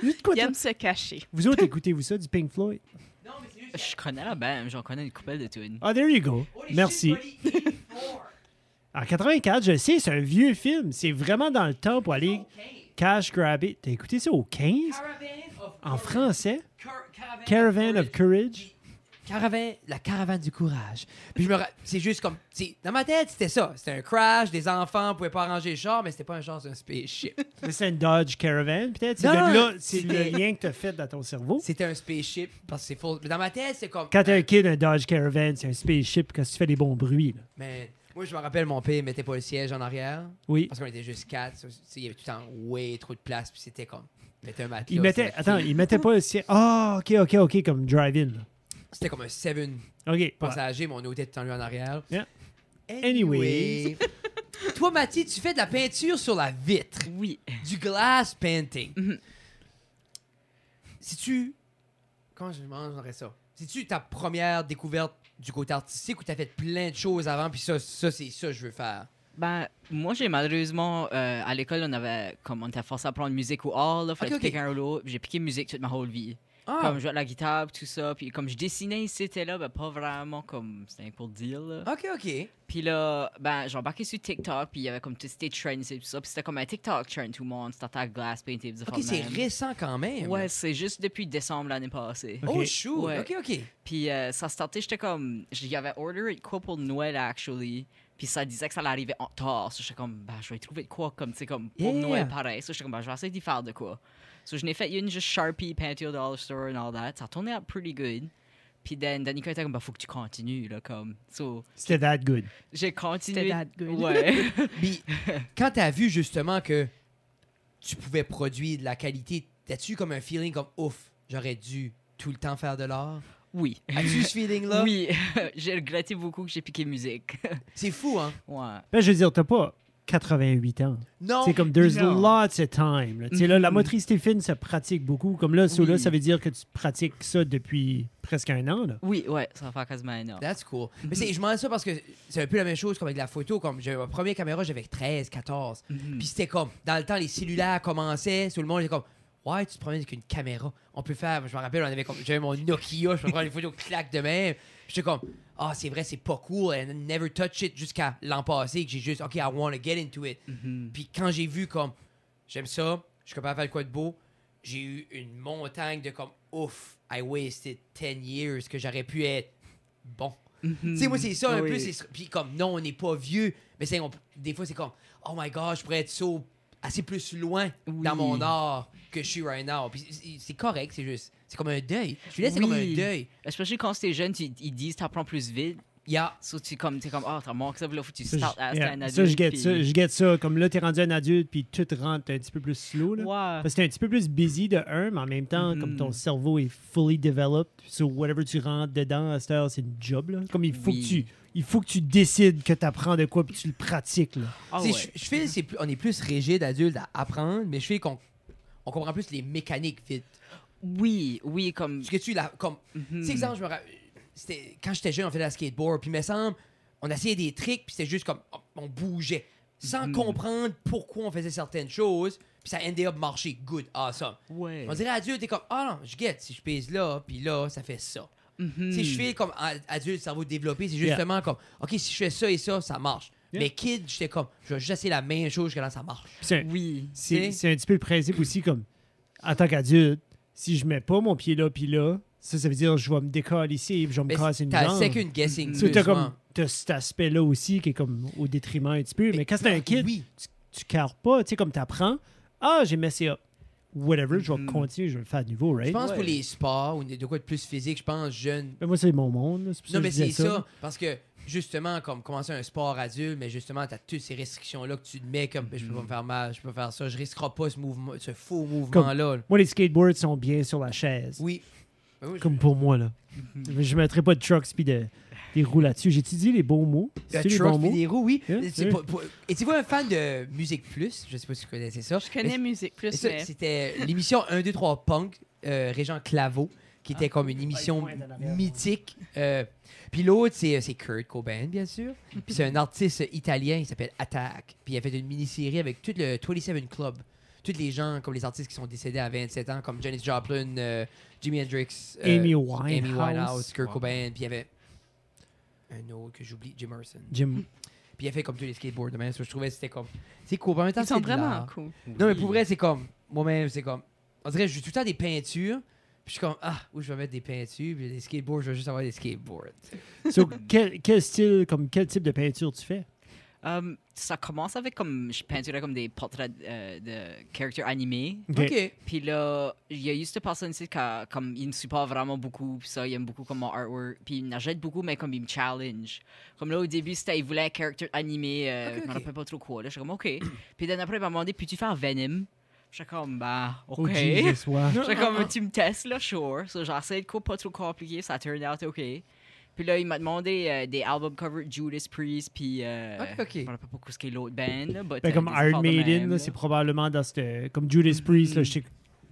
C: Juste quoi,
B: Il
C: toi?
B: aime se cacher.
C: Vous autres, écoutez-vous ça du Pink Floyd?
A: Non, mais c'est juste.
D: Je connais la bam, j'en connais une couple de tunes.
C: Ah, there you go.
A: Holy
C: Merci.
A: shit, Polly, 84,
C: En 84, je sais, c'est un vieux film. C'est vraiment dans le temps pour aller
A: okay.
C: cash grab it. T'as écouté ça au 15?
A: Caravan of
C: En
A: Courage.
C: français?
A: Car- Caravan,
C: Caravan of Courage?
A: Caravan, la caravane du courage. Puis je me ra- c'est juste comme c'est- dans ma tête, c'était ça, c'était un crash, des enfants pouvaient pas arranger le char, mais c'était pas un char, c'est un spaceship.
C: Mais C'est un Dodge Caravan, peut-être? C'est
A: Non,
C: de
A: non,
C: là, c'est le
A: c'était-
C: lien que t'as fait dans ton cerveau.
A: c'était un spaceship parce que c'est faux. Mais dans ma tête, c'est comme
C: Quand t'es un kid, un Dodge Caravan, c'est un spaceship quand tu fais des bons bruits. là.
A: mais moi je me rappelle mon père il mettait pas le siège en arrière
C: Oui.
A: parce qu'on était juste quatre, ça, tu sais, il y avait tout le temps way trop de place puis c'était comme mettait un matelas.
C: Il mettait,
A: c'était-
C: attends, il mettait pas le ciel. Ah, ok, ok, ok, comme drive-in. là.
A: C'était comme un seven
C: Ok, ouais.
A: passager, mais on était tout le temps lui en arrière.
C: Yeah.
A: Anyway. Toi Mathieu, tu fais de la peinture sur la vitre.
D: Oui.
A: du glass painting.
D: Mhm.
A: Si tu. Comment je demanderais ça? Si tu ta première découverte du côté artistique où t'as fait plein de choses avant, puis ça, ça c'est ça que je veux faire.
D: Ben, moi, j'ai malheureusement, euh, à l'école, on avait, comme on était forcé à prendre musique ou art, là, fallait
A: Ok,
D: que
A: ok.
D: quelqu'un ou l'autre. J'ai piqué musique toute ma whole vie.
A: Ah,
D: Comme jouer à la guitare, puis tout ça. Puis comme je dessinais ici, c'était là, ben pas vraiment comme. C'était un court deal, là.
A: ok, ok.
D: Puis là, ben, j'ai embarqué sur TikTok, puis il y avait comme tous ces trends et tout ça. Puis c'était comme un TikTok trend, tout le monde. C'était à glace, puis des
A: Ok, c'est
D: affaires de même.
A: récent quand même.
D: Ouais, c'est juste depuis décembre l'année passée.
A: Oh,
C: Ok.
A: chou.
D: Ouais.
A: Ok, ok.
D: Puis euh, ça startait, j'étais comme. J'avais order de quoi pour Noël, actually. Puis ça disait que ça allait arriver en retard. So, j'étais comme, ben, je vais trouver de quoi, comme, tu sais, comme pour
A: Yeah.
D: Noël pareil. So, j'étais comme, ben, je vais essayer d'y faire de quoi. So, je n'ai fait une juste Sharpie, Panty au Dollar Store and all that. Ça tournait out pretty good. Puis then, Danica était comme, ben, faut que tu continues, là, comme. So,
C: C'était that good.
D: j'ai
B: C'était
D: continué.
B: that good.
D: Ouais.
A: Puis, quand t'as vu justement que tu pouvais produire de la qualité, t'as-tu comme un feeling comme ouf, j'aurais dû tout le temps faire de l'art?
D: oui.
A: As-tu ce feeling-là?
D: Oui, j'ai regretté beaucoup que j'ai piqué musique.
A: C'est fou, hein?
D: ouais.
C: Ben, je veux dire, t'as pas 88 ans.
A: Non.
C: C'est comme there's
A: Non.
C: lots of time. Là. Tu sais, là, la motricité fine se pratique beaucoup. Comme là, ça, là,
D: Mm-hmm. Oui.
C: ça veut dire que tu pratiques ça depuis presque un an. Là.
D: Oui, ouais, ça va faire quasiment un an.
A: That's cool. Mais c'est- je m'en ça parce que c'est un peu la même chose comme avec la photo. Comme j'avais ma première caméra, j'avais 13, 14. Puis c'était comme, dans le temps, les cellulaires commençaient, tout le monde était comme, ouais, tu te promènes avec une caméra. On peut faire, je me rappelle, on avait comme, j'avais mon Nokia, je peux prendre des photos clac de même. J'étais comme, ah, c'est vrai, c'est pas cool, and I never touch it jusqu'à l'an passé, que j'ai juste, ok, I want to get into it. Puis quand j'ai vu comme, j'aime ça, je suis capable de faire quoi de beau, j'ai eu une montagne de comme, ouf, I wasted 10 years que j'aurais pu être bon. Tu sais, moi, c'est ça un
D: Mhm. Oui.
A: peu. c'est- Puis, comme, non, on n'est pas vieux. Mais c'est, on- des fois, c'est comme, oh my god, je pourrais être so- assez plus loin
D: Oui.
A: dans mon art que je suis right now. Puis, c'est- c'est correct, c'est juste. C'est comme un deuil. Je suis là, c'est comme un
D: Oui.
A: deuil.
D: Especially quand c'est jeune, tu- ils disent t'apprends plus vite.
A: Il y a.
D: So, tu comme, t'es comme, oh, t'as manqué ça, puis là, faut que tu
C: Ça,
D: start à
C: je- yeah,
D: un adulte.
C: ça, je get
D: puis-
C: ça, je get ça. Comme là, t'es rendu un adulte, puis tout rentre un petit peu plus slow. Là.
D: Ouais.
C: Parce que t'es un petit peu plus busy de un, mais en même temps, comme ton cerveau est fully developed, so whatever tu rentres dedans à cette heure, c'est une job. Là. Comme il faut,
D: Oui.
C: que tu, il faut que tu décides que t'apprends de quoi, puis tu le pratiques. Là.
D: Ah,
A: c'est-
D: ouais.
A: je- Je fais, c'est plus- on est plus rigide adulte à apprendre, mais je fais qu'on on comprend plus les mécaniques vite.
D: Oui, oui, comme. hmm,
A: Parce que tu, la, comme,
C: Hmm.
A: Tu sais, exemple, je me ra- c'était Quand j'étais jeune, on faisait de la skateboard. Puis, il me semble, on essayait des tricks. Puis, c'était juste comme. hop, On bougeait. Sans
C: Hmm.
A: comprendre pourquoi on faisait certaines choses. Puis, ça ended up marcher. Good. Awesome.
D: Ouais.
C: Eh
A: On dirait adulte, t'es comme. Ah non, je guette. Si je pèse là, puis là, ça fait ça.
D: Mhm.
A: Si je fais comme a- adulte, cerveau développé, c'est
C: Hmm. Yeah.
A: justement comme. OK, si je fais ça et ça, ça marche.
C: Yeah.
A: Mais kid, j'étais comme. Je vais juste essayer la même chose que là, ça marche.
C: Puis c'est un-
D: Oui.
A: T'sais?
C: C'est c'est un petit peu le principe aussi, comme en tant qu'adulte, si je mets pas mon pied là puis là, ça, ça veut dire je vais me décoller ici et je vais me
A: Mais
C: casser une
A: t'as
C: jambe.
A: second guessing.
C: Tu sais,
A: plus,
C: t'as
A: ouais.
C: comme t'as cet aspect-là aussi qui est comme au détriment un petit peu. Mais, quand t'es un kid,
A: Oui.
C: tu, tu carres pas, tu sais, comme t'apprends, ah, j'ai messé up. Whatever, je vais
D: Mhm.
C: continuer, je vais le faire de nouveau, right?
A: Je pense
D: Ouais.
A: pour les sports ou de quoi de plus physique, je pense jeune,
C: Mais moi, c'est mon monde. là, C'est pour ça
A: Non,
C: que
A: mais
C: je disais
A: c'est ça. parce que justement, comme commencer un sport adulte, mais justement, t'as toutes ces restrictions-là que tu te mets comme je peux
C: Mm-hmm.
A: pas me faire mal, je peux pas faire ça, je risquerai pas ce mouvement, ce faux mouvement-là. là.
C: Moi, les skateboards sont bien sur la chaise.
A: Oui. Mm-hmm. Ben oui, je-
C: Comme pour moi, là. Je mettrai pas de trucks puis de, des roues là-dessus. J'étudie les bons mots.
A: Le
C: C'est les
A: truck
C: bons
A: puis
C: mots.
A: les roues, oui.
C: Yeah,
A: C'est
C: yeah.
A: pas- pas- Étiez-vous un fan de Musique Plus Je sais pas si vous connaissez ça.
B: Je connais Musique
A: Mais
B: Plus,
A: ça,
B: mais
A: C'était l'émission 1, 2, 3 Punk, euh, Régent Claveau, qui était comme une émission
C: pointe en arrière,
A: mythique. Euh, puis l'autre, c'est c'est Kurt Cobain, bien sûr. Puis c'est un artiste italien, il s'appelle Attack. Puis il a fait une mini-série avec tout le 27 Club. Tous les gens, comme les artistes qui sont décédés à 27 ans, comme Janis Joplin, euh, Jimi Hendrix, euh,
C: Amy Winehouse.
A: Amy Winehouse, Kurt
D: Wow.
A: Cobain. Puis il y avait un autre que j'oublie, Jim Morrison.
C: Jim.
A: Puis il a fait comme tous les skateboards de même. ça, Je trouvais que c'était comme. C'est cool. En même temps,
B: ils sont
A: c'est de
B: vraiment
A: l'art.
B: cool.
A: Non, mais pour vrai, c'est comme. Moi-même, c'est comme. On dirait que je joue tout le temps des peintures. Puis je suis comme, ah, où je vais mettre des peintures. Puis des skateboards, je vais juste avoir des skateboards.
C: So, quel, quel style, comme quel type de peinture tu fais?
D: Um, ça commence avec comme. Je peinturais comme des portraits euh, de caractères animés.
A: OK.
D: Puis là, il y a eu cette personne ici qui a- comme, il me supporte vraiment beaucoup, puis ça, il aime beaucoup comme mon artwork, puis il m'achète beaucoup, mais comme il me challenge. Comme là, au début, c'était, il voulait un character animé, euh,
A: Ok,
D: je me
A: ok.
D: rappelle pas trop quoi, là, je suis comme, ok. puis d'un après, il m'a demandé, puis tu faire Venom? Je suis comme, bah, ok.
C: Oh, Jesus, wow.
D: J'étais comme, tu me testes, là, sure. So, j'ai essayé de quoi pas trop compliqué, ça turned out ok. Puis là, il m'a demandé euh, des album covers de Judas Priest, puis. Euh,
A: Ok, ok.
D: Je me rappelle pas quoi ce qu'est l'autre band, là. but,
C: Ben,
D: euh,
C: comme
D: des
C: Iron
D: affaires de
C: Maiden,
D: même,
C: là,
D: là.
C: c'est probablement dans cette. Comme Judas Priest, là, je sais que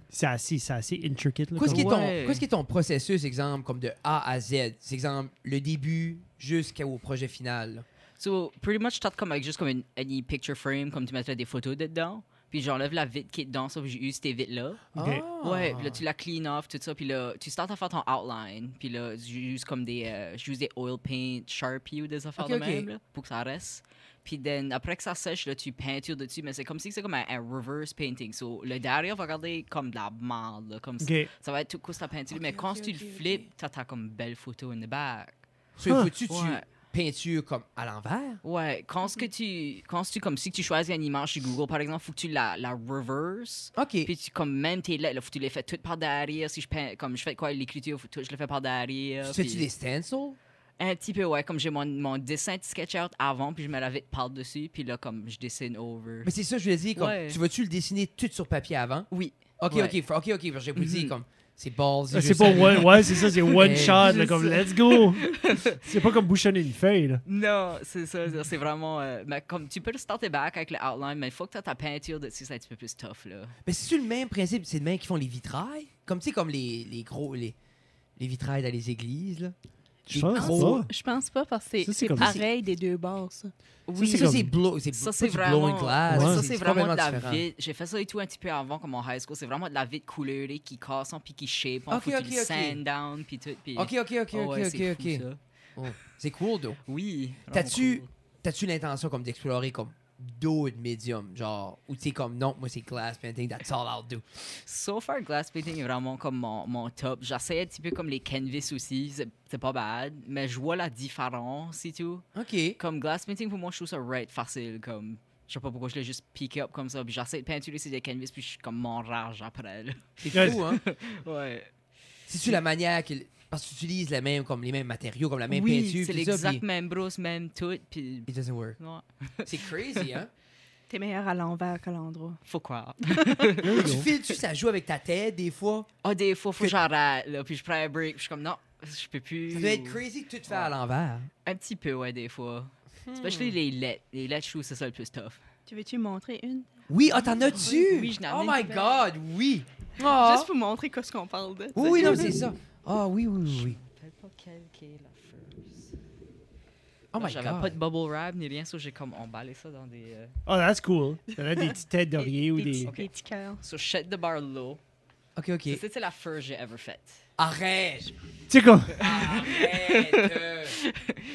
C: c'est assez, c'est assez intricate. là,
A: Qu'est-ce Mm. qui, est
C: comme-
A: ton-
D: Ouais.
A: qu'est-ce qui est ton processus, exemple, comme de A à Z? C'est exemple, le début jusqu'au projet final.
D: So, pretty much, je starte comme avec juste comme une, any picture frame, comme tu mettrais des photos dedans. puis j'enlève la vitre qui est dedans, ça, puis j'use tes vitres-là.
C: Ok.
A: Ah.
D: Ouais, puis là, tu la clean off, tout ça, puis là, tu starts à faire ton outline, puis là, j'use comme des, euh, j'use des oil paint, Sharpie ou des affaires
A: Ok,
D: de
A: ok.
D: même, là, pour que ça reste. Puis then, après que ça sèche, là, tu peintures dessus, mais c'est comme si c'est comme un, un reverse painting. So, le derrière va regarder comme de la merde, là, comme ça.
C: Ok.
D: Ça va être tout cool, ta peinture,
A: Ok,
D: mais
A: ok,
D: quand
A: ok,
D: tu
A: ok.
D: le flippes, t'as t'as comme belle photo in the back.
A: So, il
C: Ah.
A: faut-tu, tu
D: Ouais.
A: peintures comme à l'envers?
D: Ouais, quand ce que tu, quand ce que tu, comme si tu choisis une image sur Google, par exemple, faut que tu la, la reverse.
A: OK.
D: Puis tu, comme même tes lettres, là, faut que tu les fais toutes par derrière. Si je peins, comme je fais quoi, l'écriture, faut que je le fais par derrière.
A: Fais-tu
D: puis-
A: des stencils?
D: Un petit peu, ouais, comme j'ai mon, mon dessin de sketch-out avant, puis je mets la vite par-dessus, puis là, comme je dessine over.
A: Mais c'est ça, je voulais dire, comme,
D: Ouais.
A: tu vas-tu le dessiner tout sur papier avant?
D: Oui.
A: OK,
D: Ouais.
A: OK, f- OK, OK, j'ai vous dit,
D: Mhm.
A: comme, c'est ballsy.
C: Mm-hmm. Ah,
A: je
C: C'est pas
A: savais.
C: one, ouais, c'est ça, c'est one
A: Eh,
C: shot, là,
D: c'est
C: comme
D: ça.
C: let's go. C'est pas comme bouchonner une feuille, là.
D: Non, c'est ça, c'est- c'est vraiment. euh, mais comme tu peux le starter back avec le outline, mais il faut que tu ta peinture dessus, c'est un petit peu plus tough, là.
A: Mais c'est-tu le même principe? C'est les mêmes qui font les vitrailles? Comme, tu sais, comme les, les gros... Les, les vitrailles dans les églises, là.
C: Je
A: Des
C: pense
A: gros-
C: pas.
B: Je pense pas parce que
C: Ah, Ça,
B: c'est-
C: c'est
B: c'est
C: comme-
B: pareil des deux bords, ça.
A: Oui, ça,
C: c'est
A: c'est
C: comme-
A: blow, c'est
D: Ça,
A: pas
D: c'est
A: du blowing
D: vraiment.
A: glass.
D: ouais,
C: c'est-
D: ça, c'est vraiment de la
A: complètement différent.
D: vitre. J'ai fait ça et tout un petit peu avant, comme en high school. C'est vraiment de la vitre colorée qui casse, hein, puis qui shape. On
A: Ok,
D: faut que tu
A: ok,
D: le
A: ok.
D: sand down, puis tout. Puis...
A: OK, OK, OK,
D: Ah
A: OK,
D: ouais,
A: OK,
D: c'est fou,
A: OK.
D: ça.
A: Oh, C'est cool, though.
D: Oui.
A: T'as-tu
D: vraiment cool.
A: t'as-tu l'intention comme d'explorer comme d'autres médiums, genre, ou tu sais, comme, non, moi, c'est glass painting, that's all I'll do.
D: So far, glass painting est vraiment comme mon, mon top. J'essayais un petit peu comme les canvas aussi. C'est c'est pas bad, mais je vois la différence et tout.
A: OK.
D: Comme glass painting, pour moi, je trouve ça right facile. Comme. Je sais pas pourquoi je l'ai juste pick up comme ça. Puis j'essaie de peinturer sur des canvas, puis je suis comme m'enrage après. Là.
A: C'est
C: Ouais.
A: fou, hein?
D: Ouais.
A: C'est-tu la manière que... Parce que tu utilises la même, comme les mêmes matériaux, comme la même
D: oui,
A: peinture,
D: c'est
A: puis ça,
D: l'exact
A: puis
D: même brosse, même tout. Puis.
A: It doesn't work.
D: Ouais.
A: C'est crazy, hein?
B: T'es meilleur à l'envers qu'à l'endroit.
D: Faut croire.
A: Et tu files-tu, ça joue avec ta tête, des fois?
D: Ah, des fois, faut
A: Que-
D: que j'arrête, là. Puis je prends un break, puis je suis comme, non, je peux plus.
A: Ça doit être crazy que tu te fais à
D: Ouais.
A: l'envers.
D: Un petit peu, ouais, des fois.
A: Hmm.
D: Especially les lettres. Les lettres, je trouve que c'est ça le plus tough.
B: Tu veux-tu montrer une?
A: Oui, ah, t'en as-tu?
D: Oui, je n'en
A: Oh
D: ai
A: my
D: une.
A: God, oui! Ah.
B: Juste pour montrer quoi ce qu'on parle de.
A: Oui, oui, non, c'est ça. Ah, oui, oui, oui, oui.
D: Je sais pas quelle qui est la first.
A: Oh my
D: J'avais pas de
A: God.
D: bubble wrap ni rien, ça, j'ai comme emballé ça dans des. euh,
C: Oh, that's cool. Ça a des petites têtes d'oreiller ou des.
B: petits- Des petits cœurs.
D: So, shut the bar low.
A: OK, OK.
D: Ça, C'était la first j'ai ever faite.
A: Arrête!
C: Tu sais, comme.
A: Arrête!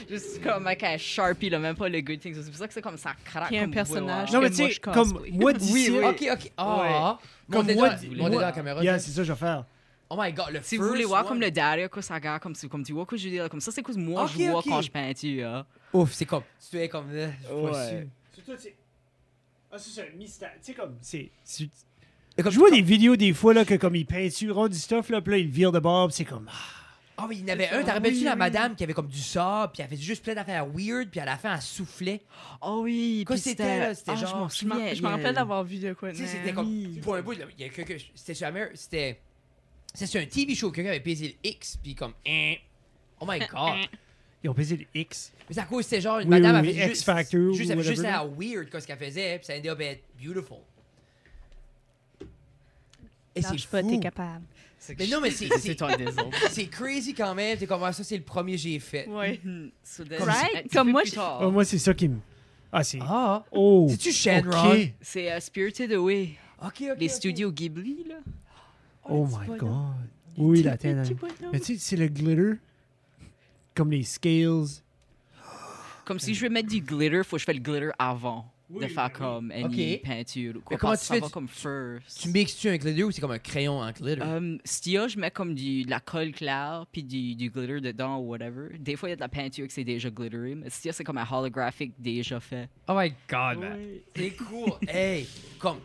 D: Juste comme avec un Sharpie, là, même pas le good thing. C'est pour ça que c'est comme ça craque.
B: Puis un
D: comme
B: personnage.
D: bois.
C: Non, mais
B: que
C: tu
B: moi,
C: sais,
B: je
C: comme
B: cosplay.
C: moi d'ici.
D: Oui, oui.
A: OK, OK. Ah!
C: Comme
A: Montez
C: moi,
A: dans-
C: di-
A: montez dans la caméra.
C: Yeah,
A: là.
C: c'est ça que je vais faire.
A: Oh my God, le
D: Si vous voulez
A: first
D: voir
A: one.
D: comme le derrière, quoi, ça regarde comme, tu- comme tu vois, quoi, je veux dire, comme ça, c'est quoi, moi,
A: Ok,
D: je vois
A: ok.
D: quand je peinture. hein.
A: Ouf, c'est comme... Tu es comme... euh, Je suis pas
D: Ouais.
A: sûr.
C: Surtout, c'est. Ah, c'est un mystère. Tu sais, comme. C'est.
A: Et comme-
C: Je vois des vidéos des fois là, que comme ils peinturent du stuff, là, puis là, ils virent de bord, puis c'est comme. ah,
A: Ah, mais il y en avait un, t'as rappelles-tu la madame qui avait comme du sable, puis elle faisait juste plein d'affaires weird, puis à la fin, elle soufflait.
D: Oh oui,
A: Ah Quoi,
D: puis
A: c'était, là, c'était
D: Ah,
A: genre-
D: je m'en
B: Je m'en-
D: souviens.
B: je m'en
D: il y a-
B: rappelle d'avoir vu de quoi.
A: Tu sais,
B: mais-
A: c'était comme. Pour un bout, il y a quelqu'un. C'était sur la mer, C'était. C'était sur un TV show, quelqu'un avait pesé le X, puis comme. hein. Oh my god.
C: Ils ont pesé le X.
A: Mais c'est à cause, c'était genre une
C: Oui,
A: madame
C: oui,
A: elle faisait
C: oui,
A: juste.
C: X-Factor ou
A: juste, elle faisait juste
C: whatever,
A: la weird, quoi, ce qu'elle faisait, puis ça ended up être beautiful. Et Eh, c'est
B: Lâche pas,
A: fou.
B: t'es capable.
A: Mais non, mais c'est.
D: C'est
A: c'est-
D: toi le désordre.
A: C'est crazy quand même, t'es comme, ah, ça, c'est le premier que j'ai fait.
B: Ouais.
D: Hmm, So then,
B: Comme-
D: un
B: Right?
D: petit
B: Comme
D: peu
B: moi,
D: plus
B: je-
D: tard,
C: Oh, moi, c'est ça qui me. Ah, c'est.
A: Ah,
C: Oh!
A: c'est-tu Shenron?
C: ok.
D: C'est euh, Spirited Away,
A: Ok, ok.
D: les
A: ok.
D: studios Ghibli, là.
C: Oh
A: les petits
C: my
A: bonhommes.
C: god. Oui, la
B: Petit
C: tête. elle-
B: bonhomme.
C: Mais tu sais, c'est le glitter. Comme les scales.
D: Comme si je veux mettre du glitter, faut que je fasse le glitter avant de faire comme une
A: Ok.
D: peinture ou quoi.
A: Mais comment
D: parce
A: tu
D: que ça
A: fais
D: va
A: du-
D: comme first.
A: Tu mixes-tu un glitter ou c'est comme un crayon en glitter?
B: Ah.
D: Um, Stia, je mets comme du, de la colle claire puis du, du glitter dedans ou whatever. Des fois, il y a de la peinture que c'est déjà glittery, mais Stia, c'est comme un holographic déjà fait.
A: Oh my god, man. C'est cool. hey, comme,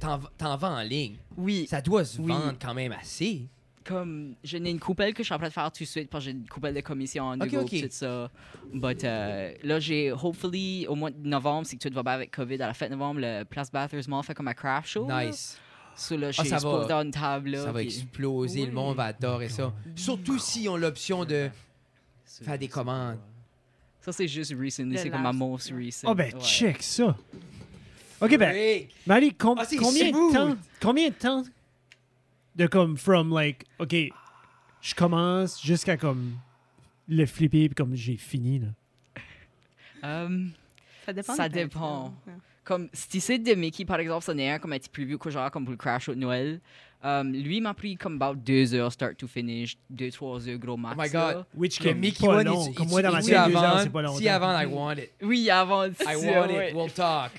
A: t'en t'en vends en ligne.
D: Oui,
A: Ça doit se
D: Oui.
A: vendre quand même assez.
D: comme je n'ai une coupelle que je suis en train de faire tout de suite parce que j'ai une coupelle de commission en
A: Ok,
D: Google,
A: ok.
D: tout ça. But euh, là, j'ai, hopefully, au mois de novembre, si tout va bien avec COVID, à la fin de novembre, le Place Bathurst Mall fait comme un craft show. là.
A: Nice.
D: So là,
A: Ah,
D: je suis
A: ça va.
D: exposé dans une table. Là,
A: Ça va
D: puis-
A: exploser. Le
D: Oui.
A: monde va adorer ça. Surtout si on l'option de
D: So-
A: faire des commandes.
D: Ça, c'est juste recently.
B: Le
D: C'est comme ma
B: last,
D: most
B: ouais.
D: recent.
C: Oh, ben,
D: Ouais.
C: check ça. Ok, ben,
A: Rick.
C: Marie, com-
A: Ah, c'est
C: combien
A: smooth.
C: de temps Combien de temps de comme from like, ok, je commence jusqu'à comme le flipper puis comme j'ai fini là.
D: Um,
B: Ça dépend.
D: Ça
B: des hein. peintures.
D: dépend. Comme, cet site de Mickey, par exemple, c'en est un, comme un petit preview que j'aurai comme pour le crash au de Noël. Um, lui m'a pris comme about deux heures start to finish, deux, trois heures gros max.
A: Oh my
D: là.
A: God.
C: Which
A: Le
C: comme
A: Mickey
C: pas
A: One,
C: long,
A: il-
C: comme
A: il-
C: moi dans
A: il
C: ma
A: dit
C: tête, deux
A: avant,
C: heures, c'est pas longtemps.
A: Si avant, I want it.
D: Oui, avant.
A: I want it. We'll talk.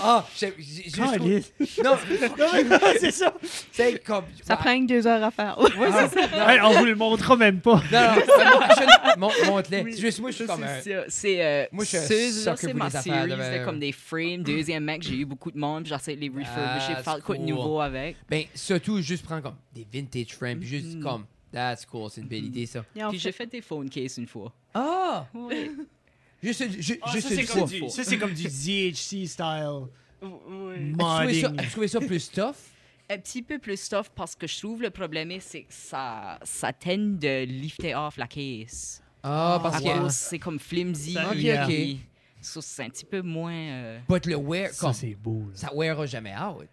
A: Ah, j'ai- j'ai- j'ai- je trouve-
C: Caliste.
A: Non,
C: c'est ça.
A: c'est comme.
B: Ça prend que deux heures à faire.
A: Ouais, c'est ça.
C: Hey, on vous le montrera même pas.
A: Non, non, non, mon- je- mon- montre-les.
D: Oui.
A: Juste, moi, je suis comme un.
D: C'est- C'est euh,
A: Moi, je suis un
D: ceux-là,
A: sucker
D: c'est
A: pour
D: ma
A: les affaires
D: série,
A: de même.
D: c'est comme des frames, deuxième mec, j'ai eu beaucoup de monde, puis j'essaie de les refurbisher,
A: That's
D: faire quoi de
A: cool.
D: nouveau avec.
A: Ben, surtout, juste prendre comme des vintage frames, puis juste comme. That's cool, c'est une belle idée, ça.
B: Ils ont
D: Puis j'ai
B: fait-
D: fait des phone cases une fois.
A: Ah!
B: Ouais.
A: Juste, une- ju- juste une fois.
D: du-
C: ça, Ah, c'est comme du DHC style
A: As-tu
B: Ouais.
A: trouvé ça-
C: modding.
A: as-tu trouvé ça plus tough?
D: Un petit peu plus tough parce que je trouve le problème est, c'est que ça, ça tend de lifter off la case.
A: Ah,
D: Parce
A: parce
D: que
A: que.
D: c'est comme flimsy.
C: Ça,
A: Ok,
D: puis-
A: ok.
D: puis ça, c'est un petit peu moins. euh,
A: But le wear,
C: Ça,
A: comme.
C: c'est beau. là.
A: Ça wearera jamais out.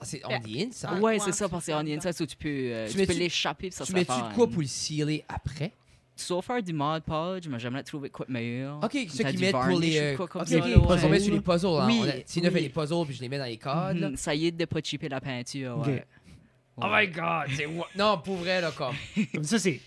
A: Ah, C'est on the inside.
B: Ouais,
D: Ouais,
B: ouais,
D: c'est ça, parce que
B: c'est
D: on est
B: ça.
D: ça, tu peux, euh,
A: Tu
D: tu
A: mets-tu-
D: peux l'échapper. puis Ça,
A: Tu
D: ça
A: mets-tu
D: fait
A: de quoi
D: un-
A: pour le sealer après?
D: Sauf faire du Mod Podge, mais j'aimerais trouver quoi de meilleur.
A: Ok,
D: Comme
A: ceux
D: t'as
A: qui
D: du
A: mettent pour
D: varnish
A: les.
D: ou
A: euh,
D: quoi comme
A: ok,
D: ça,
A: ok,
D: là,
A: parce qu'on
D: ouais.
A: met sur les puzzles. hein,
D: Oui,
A: on a- Tina fait
D: oui.
A: les puzzles, puis je les mets dans les cadres. là.
D: Mhm, Ça y est de pas chipper la peinture. Ouais.
C: Ok.
A: Oh
C: Ah
A: my god, c'est. wa- Non, pour vrai, là, comme.
C: Comme ça, c'est.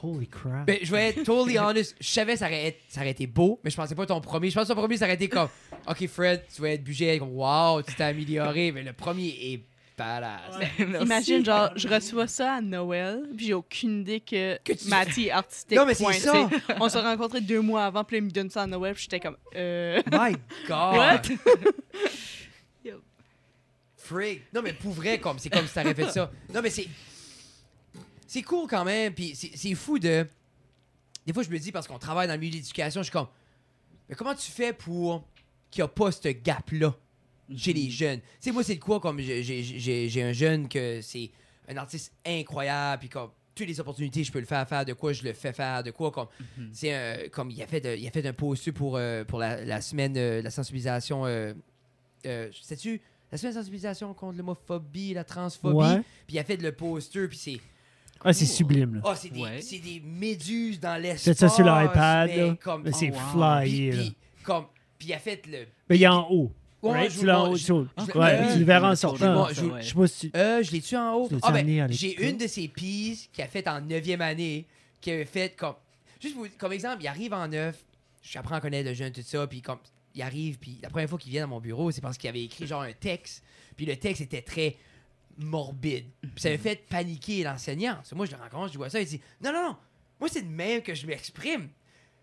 C: Holy crap.
A: Ben, je vais être totally honest. Je savais que ça aurait, être- ça aurait été beau, mais je pensais pas ton premier. Je pense que ton premier, ça aurait été comme. Ok, Fred, tu vas être budget. Comme, wow, tu t'es amélioré. Mais le premier est badass.
D: Merci.
B: Imagine, genre, je reçois ça à Noël, puis j'ai aucune idée que,
A: Que tu-
B: Mathieu est artistique.
A: Non, mais c'est
B: point,
A: ça.
B: tu sais. On s'est rencontrés deux mois avant, puis là, il me donne ça à Noël, puis j'étais comme, euh.
A: My God.
B: What?
A: Freak. Non, mais pour vrai, comme, c'est comme si t'aurais fait ça. Non, mais c'est. C'est cool quand même. Puis c'est c'est fou de. Des fois, je me dis, parce qu'on travaille dans le milieu de l'éducation, je suis comme. Mais comment tu fais pour qu'il n'y a pas ce gap-là chez les jeunes? Tu sais, moi, c'est de quoi, comme j'ai- j'ai- j'ai j'ai un jeune que c'est un artiste incroyable, puis comme. Toutes les opportunités, je peux le faire faire, de quoi je le fais faire, de quoi comme. C'est un- comme il a fait, de- il a fait un poster pour, euh, pour la, la semaine euh, la sensibilisation. Euh, euh, sais-tu la semaine de sensibilisation contre l'homophobie, la transphobie.
C: Ouais.
A: Puis il a fait de le poster, puis c'est
C: Ah, c'est sublime. là.
A: oh, c'est des,
D: Ouais.
A: c'est des méduses dans l'espace.
C: Faites ça sur l'iPad.
A: mais
C: là.
A: comme-
C: Mais C'est
D: oh, wow.
A: Puis-
C: flyé. là.
A: puis- comme puis il a fait le
C: Mais il est en haut.
A: Ouais,
C: Right?
A: je
C: Tu
A: vous
C: l'as
A: le
C: en
A: montre,
C: haut.
A: je-
C: tu l'as-
A: je-
C: Ouais,
A: euh,
C: tu le verras en
D: je- je-
C: sortant.
A: je-
C: Je
A: je-
C: sais pas si tu.
A: Euh, je l'ai tué en haut.
C: Tu l'as-tu
A: Ah, ben,
C: amené à l'école?
A: j'ai une de ses pises qui a fait en 9e année, qui avait fait comme. Juste pour- comme exemple, il arrive en 9, j'apprends à connaître le jeune, tout ça, puis comme. Il arrive, puis la première fois qu'il vient dans mon bureau, c'est parce qu'il avait écrit genre un texte, puis le texte était très morbide. Puis ça avait fait paniquer l'enseignant. Parce que Moi, je le rencontre, je vois ça, il dit Non, non, non, moi, c'est de même que je m'exprime.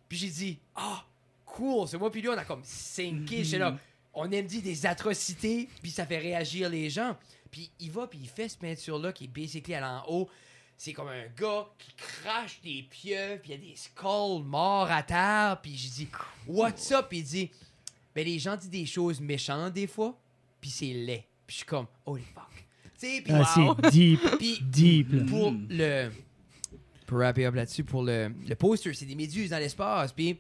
A: Puis j'ai dit Ah, cool, c'est moi, puis lui, on a comme sinké, j'étais là. On aime dire des atrocités, puis ça fait réagir les gens. Puis il va, puis il fait ce peinture-là qui est basically allant en haut. C'est comme un gars qui crache des pieux, puis il y a des skulls morts à terre. Puis je dis, What's up? Puis il dit, Ben les gens disent des choses méchantes des fois, puis c'est laid. Puis je suis comme, Holy fuck. Tu sais, puis
C: Ah,
A: wow.
C: C'est deep.
A: Puis
C: Deep. là.
A: pour le. Pour wrapper up là-dessus, pour le, le poster, c'est des méduses dans l'espace. Puis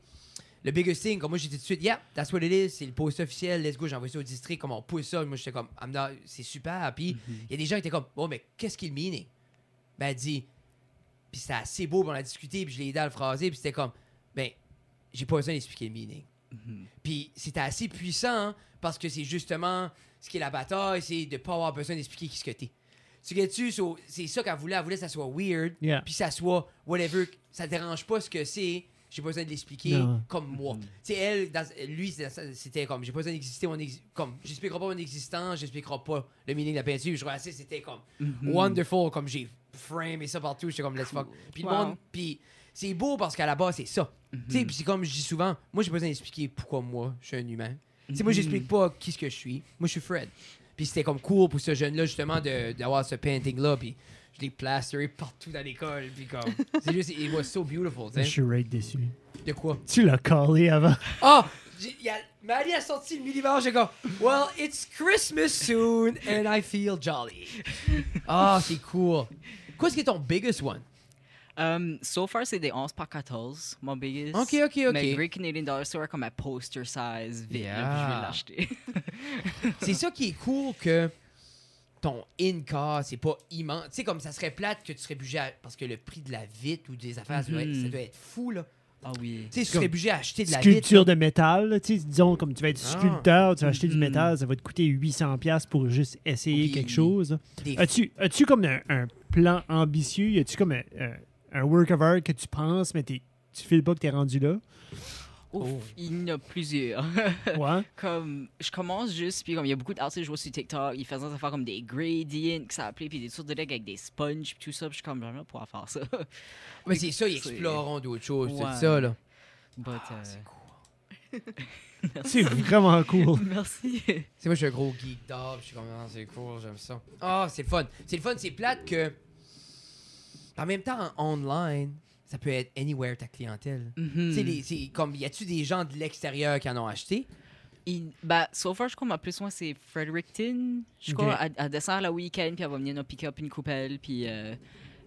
A: le biggest thing, comme moi j'ai dit tout de suite, yeah, that's what it is, c'est le poster officiel, let's go, j'ai envoyé ça au district, comme on pousse ça. Moi j'étais comme, I'm not- c'est super. Puis il
C: Mm-hmm.
A: y a des gens qui étaient comme, oh, mais qu'est-ce qu'il meaning? Ben elle dit, puis c'était assez beau, puis on a discuté, puis je l'ai aidé à le phraser, puis c'était comme, ben, j'ai pas besoin d'expliquer le meaning. Puis c'était assez puissant hein, parce que c'est justement ce qui est la bataille, c'est de pas avoir besoin d'expliquer qui ce que t'es. Tu sais, so, c'est ça qu'elle voulait. Elle voulait que ça soit weird,
C: Yeah.
A: puis ça soit whatever, ça dérange pas ce que c'est. J'ai pas besoin de l'expliquer
C: Non.
A: comme moi. Tu sais, elle, dans- lui, c'était c'était comme j'ai pas besoin d'exister, mon ex- comme j'expliquerai pas mon existence, j'expliquerai pas le meaning de la peinture. Je assez c'était comme wonderful, comme j'ai framé ça partout. J'étais comme let's fuck. Puis le
B: Wow.
A: monde, puis c'est beau parce qu'à la base, c'est ça. Tu sais, puis c'est comme je dis souvent, moi, j'ai pas besoin d'expliquer pourquoi moi, je suis un humain. Tu sais, moi, j'explique pas qui ce que je suis. Moi, je suis Fred. Puis c'était comme cool pour ce jeune-là, justement, de- d'avoir ce painting-là. Puis je l'ai plasteré partout dans l'école. Puis comme, c'est juste, it was so beautiful,
C: Je
A: tu sais.
C: suis right déçu.
A: De quoi?
C: Tu l'as collé avant.
A: Ah! J'ai- y a- Marie a sorti le millivore, j'ai comme, well, it's Christmas soon and I feel jolly. Ah, c'est cool. Quoi, ce qui est ton biggest one?
D: Um, so far, c'est des 11 par 14, mon biggest.
A: Ok, ok, ok.
D: Mais Great Canadian Dollar Store comme un poster size vite, là, puis
A: Yeah.
D: je vais l'acheter.
A: C'est ça qui est cool que ton in-car, c'est pas immense. Tu sais, comme ça serait plate que tu serais budget à- parce que le prix de la vite ou des affaires, ça, doit être,
D: Mhm.
A: ça doit être fou, là.
D: Ah oui.
A: Tu sais, si tu
C: Comme-
A: serais obligé d'acheter de la vitre.
C: sculpture de métal. là, tu sais, disons, comme tu vas être
A: Ah.
C: sculpteur, tu vas acheter du
D: Mhm.
C: métal, ça va te coûter 800$ pour juste essayer
D: Oui.
C: quelque chose.
A: Des-
C: As-tu as-tu comme un, un plan ambitieux? As-tu comme un, un- un work of art que tu penses, mais t'es- tu files pas que t'es rendu là?
D: Ouf,
A: Oh.
D: il y en a plusieurs.
C: Ouais.
D: comme je commence juste puis comme il y a beaucoup d'artistes je vois sur TikTok ils faisaient ça faire comme des gradients que ça appelait puis des sortes de decks avec des sponges puis tout ça puis je suis comme vraiment pour faire ça
A: Mais c'est ça, ils
D: C'est-
A: exploreront d'autres choses,
D: Ouais.
A: c'est ça, là.
D: But,
A: Ah,
D: euh,
C: C'est vraiment cool.
D: merci
A: C'est moi, je suis un gros geek d'art, je suis comme, ah, c'est cool, j'aime ça. Ah, c'est le fun. C'est le fun, c'est plate que. En même temps, en online, ça peut être anywhere ta clientèle.
D: Mhm.
A: C'est les- c'est comme, y a-tu des gens de l'extérieur qui en ont acheté?
D: Il- bah so far je crois ma plus loin c'est Fredericton je
C: Ok.
D: crois elle, elle descend le week-end puis elle va venir nous pick up une coupelle puis euh,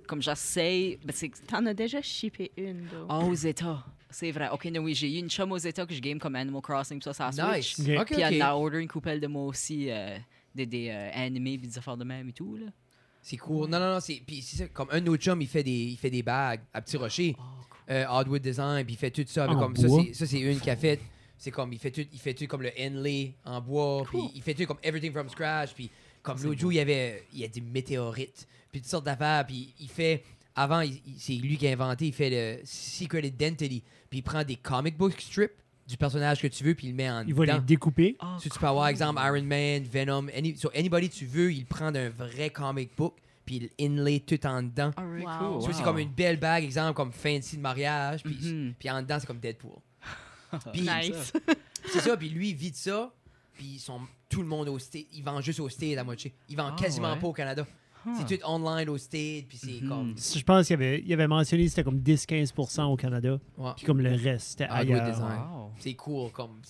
D: comme j'essaie ben, c'est
B: T'en as déjà shippé une, là.
D: Ah, aux États c'est vrai ok non oui j'ai eu une chum aux États que je game comme Animal Crossing puis ça ça Ah, Switch
A: Nice.
C: Ok.
A: Ok,
D: puis
A: ok.
D: elle a order une coupelle de moi aussi euh, des, des euh, animés puis des affaires de même et tout là
A: C'est cool. Non, non, non, c'est. Puis c'est ça, comme un autre chum, il fait des, il fait des bagues à Petit Rocher. euh, Hardwood Design, puis il fait tout ça. mais
C: En
A: comme
C: bois.
A: Ça, c'est, ça, c'est une qui a fait. C'est comme, il fait tout, il fait tout comme le Henley en bois, puis il fait tout comme everything from scratch, puis comme l'autre jour, il y avait, il y a des météorites, puis toutes sortes d'affaires, puis il fait, avant, il- il- c'est lui qui a inventé, il fait le Secret Identity, puis il prend des comic book strips du personnage que tu veux, puis il le met en
C: Il va les
A: dedans.
C: découper.
D: Ah,
A: So, tu peux avoir, exemple, Iron Man, Venom, any, so anybody tu veux, il prend d'un vrai comic book, puis il inlay tout en dedans.
D: Ah, right,
B: Wow.
D: cool.
A: So, c'est comme une belle bague, exemple, comme fancy de mariage, puis
D: Mhm.
A: puis en dedans, c'est comme Deadpool. Puis
B: nice.
A: c'est ça, puis lui, il vit de ça, puis ils sont tout le monde au state. Il vend juste au state à moitié. Il vend
D: Ah,
A: quasiment
D: ouais. Ah.
A: pas au Canada. C'est tout online au state, puis c'est
D: Mhm.
A: comme.
C: Je pense qu'il avait, il avait mentionné que c'était comme 10-15% au Canada,
A: Ouais.
C: puis comme le reste, c'était
A: Hardwood
C: ailleurs.
A: Design. C'est cool, comme.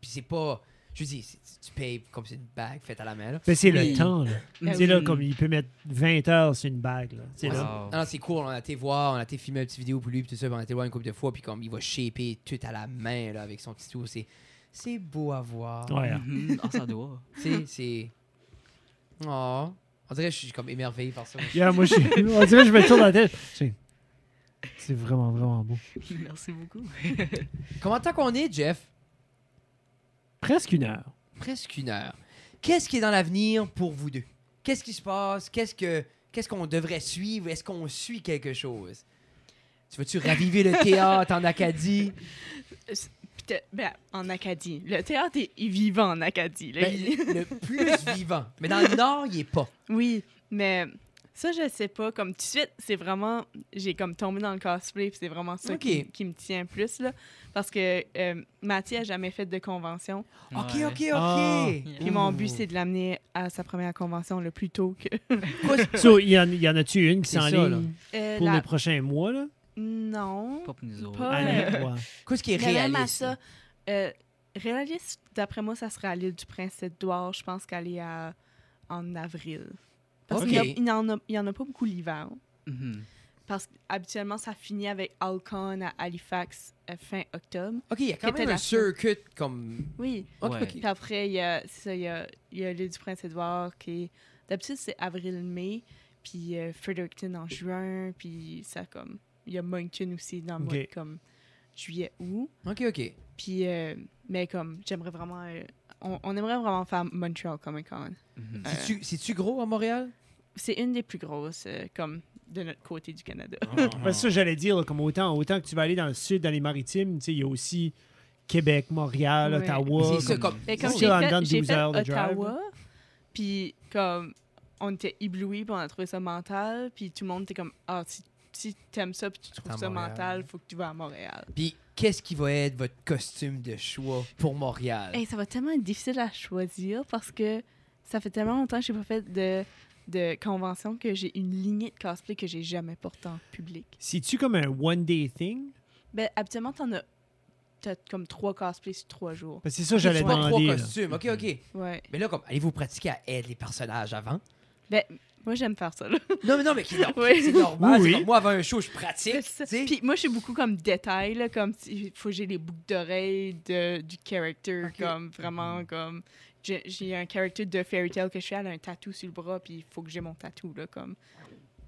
A: Puis c'est pas. Je veux dire, c'est- tu payes comme c'est une bague faite à la main, là.
C: Mais c'est
D: Oui.
C: le temps, là.
D: Ben
C: C'est là,
D: oui.
C: comme il peut mettre 20 heures sur une bague, là. C'est
A: Ouais,
C: là.
A: c'est- Ah Non, non, c'est cool. On a été voir, on a été filmer une petite vidéo pour lui, puis tout ça, puis on a été voir une couple de fois, puis comme il va shaper tout à la main, là, avec son petit tour. C'est, c'est beau à voir.
C: Ouais.
D: Mhm. Ah, ça doit.
A: Tu sais, c'est. Oh. On dirait que je suis comme émerveillé par ça.
C: Yeah, moi, je, on dirait que je me tourne la tête. C'est- C'est vraiment, vraiment beau.
D: Merci beaucoup.
A: Comment tant qu'on est, Jeff?
C: Presque une heure.
A: presque une heure. Qu'est-ce qui est dans l'avenir pour vous deux? Qu'est-ce qui se passe? Qu'est-ce que qu'est-ce qu'on devrait suivre? Est-ce qu'on suit quelque chose? Tu veux-tu raviver le théâtre en Acadie?
B: Puis t'as- ben, en Acadie. Le théâtre est est vivant en Acadie. là.
A: Ben,
B: Il-
A: le plus vivant. Mais dans le Nord, il est pas.
B: Oui, mais ça, je sais pas. Comme tout de suite, c'est vraiment. J'ai comme tombé dans le cosplay, puis c'est vraiment ça
A: Ok.
B: qui, qui me tient plus, là. Parce que euh, Mathieu a jamais fait de convention.
A: OK,
D: Ouais.
A: OK, OK.
C: Ah.
B: Puis mon but, c'est de l'amener à sa première convention le plus tôt que.
C: So, il y en, il y en a-tu une qui
A: C'est ça,
C: s'enligne
B: Euh,
C: pour
B: la-
C: les prochains mois, là?
B: Non.
D: Pas pour nous autres.
B: Pas-
C: Ah,
B: Ouais.
C: ouais.
A: Qu'est-ce qui est
B: Mais même à
A: réaliste?
B: ça,
A: là?
B: euh, réaliste, d'après moi, ça sera à l'île du Prince-Édouard. Je pense qu'elle est à- en avril. Parce
A: Ok.
B: qu'il y a- il n'y en, a- il y en a pas beaucoup l'hiver.
D: Mhm.
B: Parce qu'habituellement, ça finit avec Alcon à Halifax euh, fin octobre.
A: OK, il y a quand
B: Qu'était
A: même un
B: la-
A: circuit comme...
B: Oui.
A: OK,
D: Ouais.
A: OK.
B: Puis après, il y a, c'est ça, il y a, il y a l'île du Prince-Édouard qui est. D'habitude, c'est avril-mai. Puis euh, Fredericton en juin. Puis ça, comme. Il y a Moncton aussi dans le mois de,
C: Ok.
B: comme juillet-août.
A: OK, OK.
B: Puis, euh, mais comme, j'aimerais vraiment. euh, on, on aimerait vraiment faire Montreal Comic Con.
D: Mhm.
B: Euh,
A: C'est-tu- C'est-tu gros à Montréal?
B: C'est une des plus grosses, euh, comme, de notre côté du Canada.
C: Ouais, ça, j'allais dire, là, comme autant, autant que tu vas aller dans le sud, dans les maritimes, tu sais, il y a aussi Québec, Montréal,
B: Ouais.
C: Ottawa.
A: C'est ça,
D: comme-
A: comme...
B: Mais comme
C: C'est
B: j'ai
C: en dedans
B: fait,
C: de
B: j'ai
C: 12
B: fait
C: heures de drive,
B: Ottawa, puis comme on était éblouis, puis on a trouvé ça mental, puis tout le monde était comme ah si, si t'aimes ça puis tu trouves
A: À
B: ça
A: Montréal.
B: mental, faut que tu vas à Montréal.
A: Puis qu'est-ce qui va être votre costume de choix pour Montréal?
B: Et Eh, ça va tellement être difficile à choisir parce que ça fait tellement longtemps que j'ai pas fait de de convention que j'ai une lignée de cosplay que j'ai jamais portée en public.
C: C'est-tu comme un one-day thing?
B: Ben habituellement t'en as t'as comme trois cosplays sur trois jours.
C: Parce que c'est ça,
A: Ok,
C: j'allais
A: tu portes
C: demander.
A: trois
C: là.
A: costumes. OK, OK.
B: Ouais.
A: Mais là, comme, allez-vous pratiquer à aider les personnages avant?
B: Moi j'aime faire ça. Là.
A: Non, mais non, mais c'est normal.
B: Oui.
A: C'est normal.
C: Oui,
A: c'est
C: oui.
A: comme moi, avant un show, je pratique.
B: C'est ça.
A: tu sais.
B: Puis moi, je suis beaucoup comme détail, là, comme il faut que j'ai les boucles d'oreilles de- du character,
A: Ok. Mhm.
B: comme vraiment comme j'ai j'ai un character de fairy tale que je fais, elle a un tatou sur le bras, puis il faut que j'ai mon tatou là, comme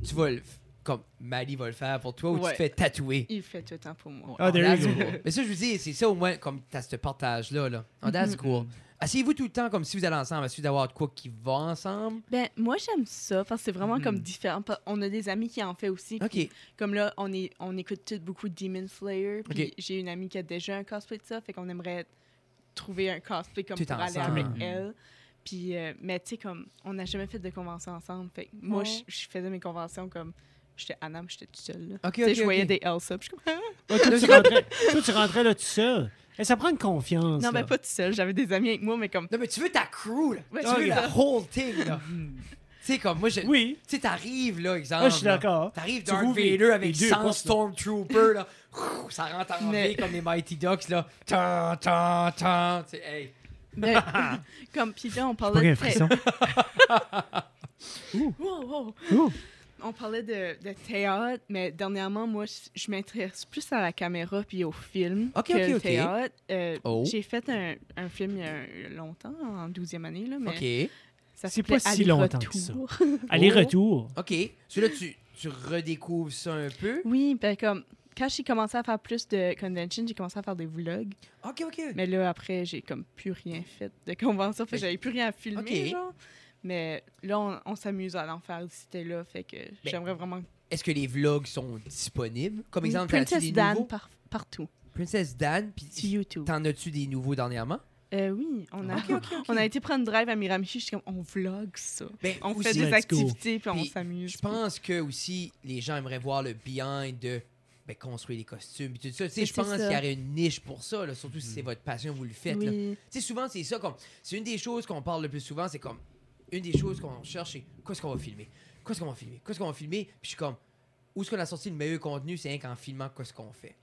A: Tu vas le f- comme Mali va le faire pour toi ou tu
B: Ouais.
A: te fais tatouer.
B: Il fait tout le temps pour moi.
D: Ouais.
C: Ah, there
A: That's
C: you go.
A: cool. Mais ça, je vous dis, c'est ça au moins, comme t'as ce partage-là. Là.
B: Mm-hmm.
A: Oh, that's cool. Asseyez-vous tout le temps comme si vous allez ensemble. Essayez d'avoir de quoi qui va ensemble.
B: Ben, moi, j'aime ça parce que c'est vraiment
D: Mhm.
B: comme différent. Pa- On a des amis qui en fait aussi.
A: OK.
B: puis Comme là, on, est, on écoute tout beaucoup Demon Slayer. Puis
A: Ok.
B: j'ai une amie qui a déjà un cosplay de ça. Fait qu'on aimerait trouver un cosplay comme
A: Tout
B: pour aller
A: ensemble.
B: avec
D: Mhm.
B: elle. Puis, euh, mais tu sais, comme, on n'a jamais fait de convention ensemble. Fait que moi,
A: Oh.
B: je- je faisais mes conventions comme, j'étais Anam, j'étais toute seule. là.
A: OK,
B: Tu sais,
A: OK,
B: je voyais
A: OK.
B: des Elsa. puis je suis comme, Ah!
C: Ouais, toi, tu rentrais, toi, tu rentrais là tout seul. Et ça prend une confiance.
B: non,
C: là.
B: ben pas toute seule. J'avais des amis avec moi, mais comme,
A: Non, mais tu veux ta crew, là.
B: Ouais,
A: tu
B: c'est
A: veux
B: ça.
A: la
B: Hmm.
A: whole thing, là. tu sais, comme moi, je...
C: Oui,
A: Tu sais, t'arrives, là, exemple.
C: Ah, je suis
A: là.
C: d'accord.
A: T'arrives
C: Tu
A: Darth
C: rouvres les-
A: Vader avec
C: les deux
A: 100
C: portes, là.
A: Stormtroopers, là. Ouh, Ça rentre en
B: Mais-
A: V comme les Mighty Ducks, là. Tan, tan, tan. Tu sais, hey.
B: ben, comme, puis là, on
C: Pas
B: parlait
C: qu'un
B: de.
C: frisson.
B: Wow, wow.
C: Ouh.
B: On parlait de, de théâtre, mais dernièrement, moi, je- je m'intéresse plus à la caméra puis au film
A: Ok,
B: que
A: ok,
B: le
A: ok.
B: théâtre. Euh,
A: Oh.
B: J'ai fait un, un film il y a longtemps, en 12e année, là, mais
A: OK.
B: ça
C: C'est
B: s'appelait
C: pas si longtemps que ça.
B: Aller-retour.
C: Aller-retour.
A: OK. Celui-là, tu, tu redécouvres ça un peu.
B: Oui, ben comme, quand j'ai commencé à faire plus de conventions, j'ai commencé à faire des vlogs,
A: OK, OK.
B: mais là, après, j'ai comme plus rien fait de convention, fait que j'avais plus rien à filmer,
A: Ok.
B: genre. Mais là, on, on s'amuse à en faire c'était là, fait que
A: Ben,
B: j'aimerais vraiment...
A: Est-ce que les vlogs sont disponibles? Comme exemple, t'en as-tu
B: Princess
A: des
B: Dan
A: nouveaux?
B: par- partout,
A: Princess Dan,
B: sur
A: puis
B: YouTube.
A: t'en as-tu des nouveaux dernièrement?
B: Euh, oui, on
A: Ah,
B: a, on a été prendre une drive à Miramichi. Je suis comme, on vlog ça.
A: Ben,
B: On
A: aussi,
B: fait des
C: let's go.
B: activités, puis on
A: Puis,
B: s'amuse.
A: Je pense que aussi, les gens aimeraient voir le behind de ben, construire les costumes et tout ça. Tu sais,
B: Mais
A: je
B: Ben,
A: pense
B: c'est ça.
A: qu'il y aurait une niche pour ça, là, surtout si c'est votre passion, vous le faites. là.
B: Oui.
A: Tu sais, souvent, c'est ça. comme C'est une des choses qu'on parle le plus souvent. C'est comme une des choses qu'on cherche, c'est qu'est-ce qu'on va filmer? Qu'est-ce qu'on va filmer? Qu'est-ce qu'on va filmer? Puis je suis comme, où est-ce qu'on a sorti le meilleur contenu? C'est rien qu'en filmant, qu'est-ce qu'on fait?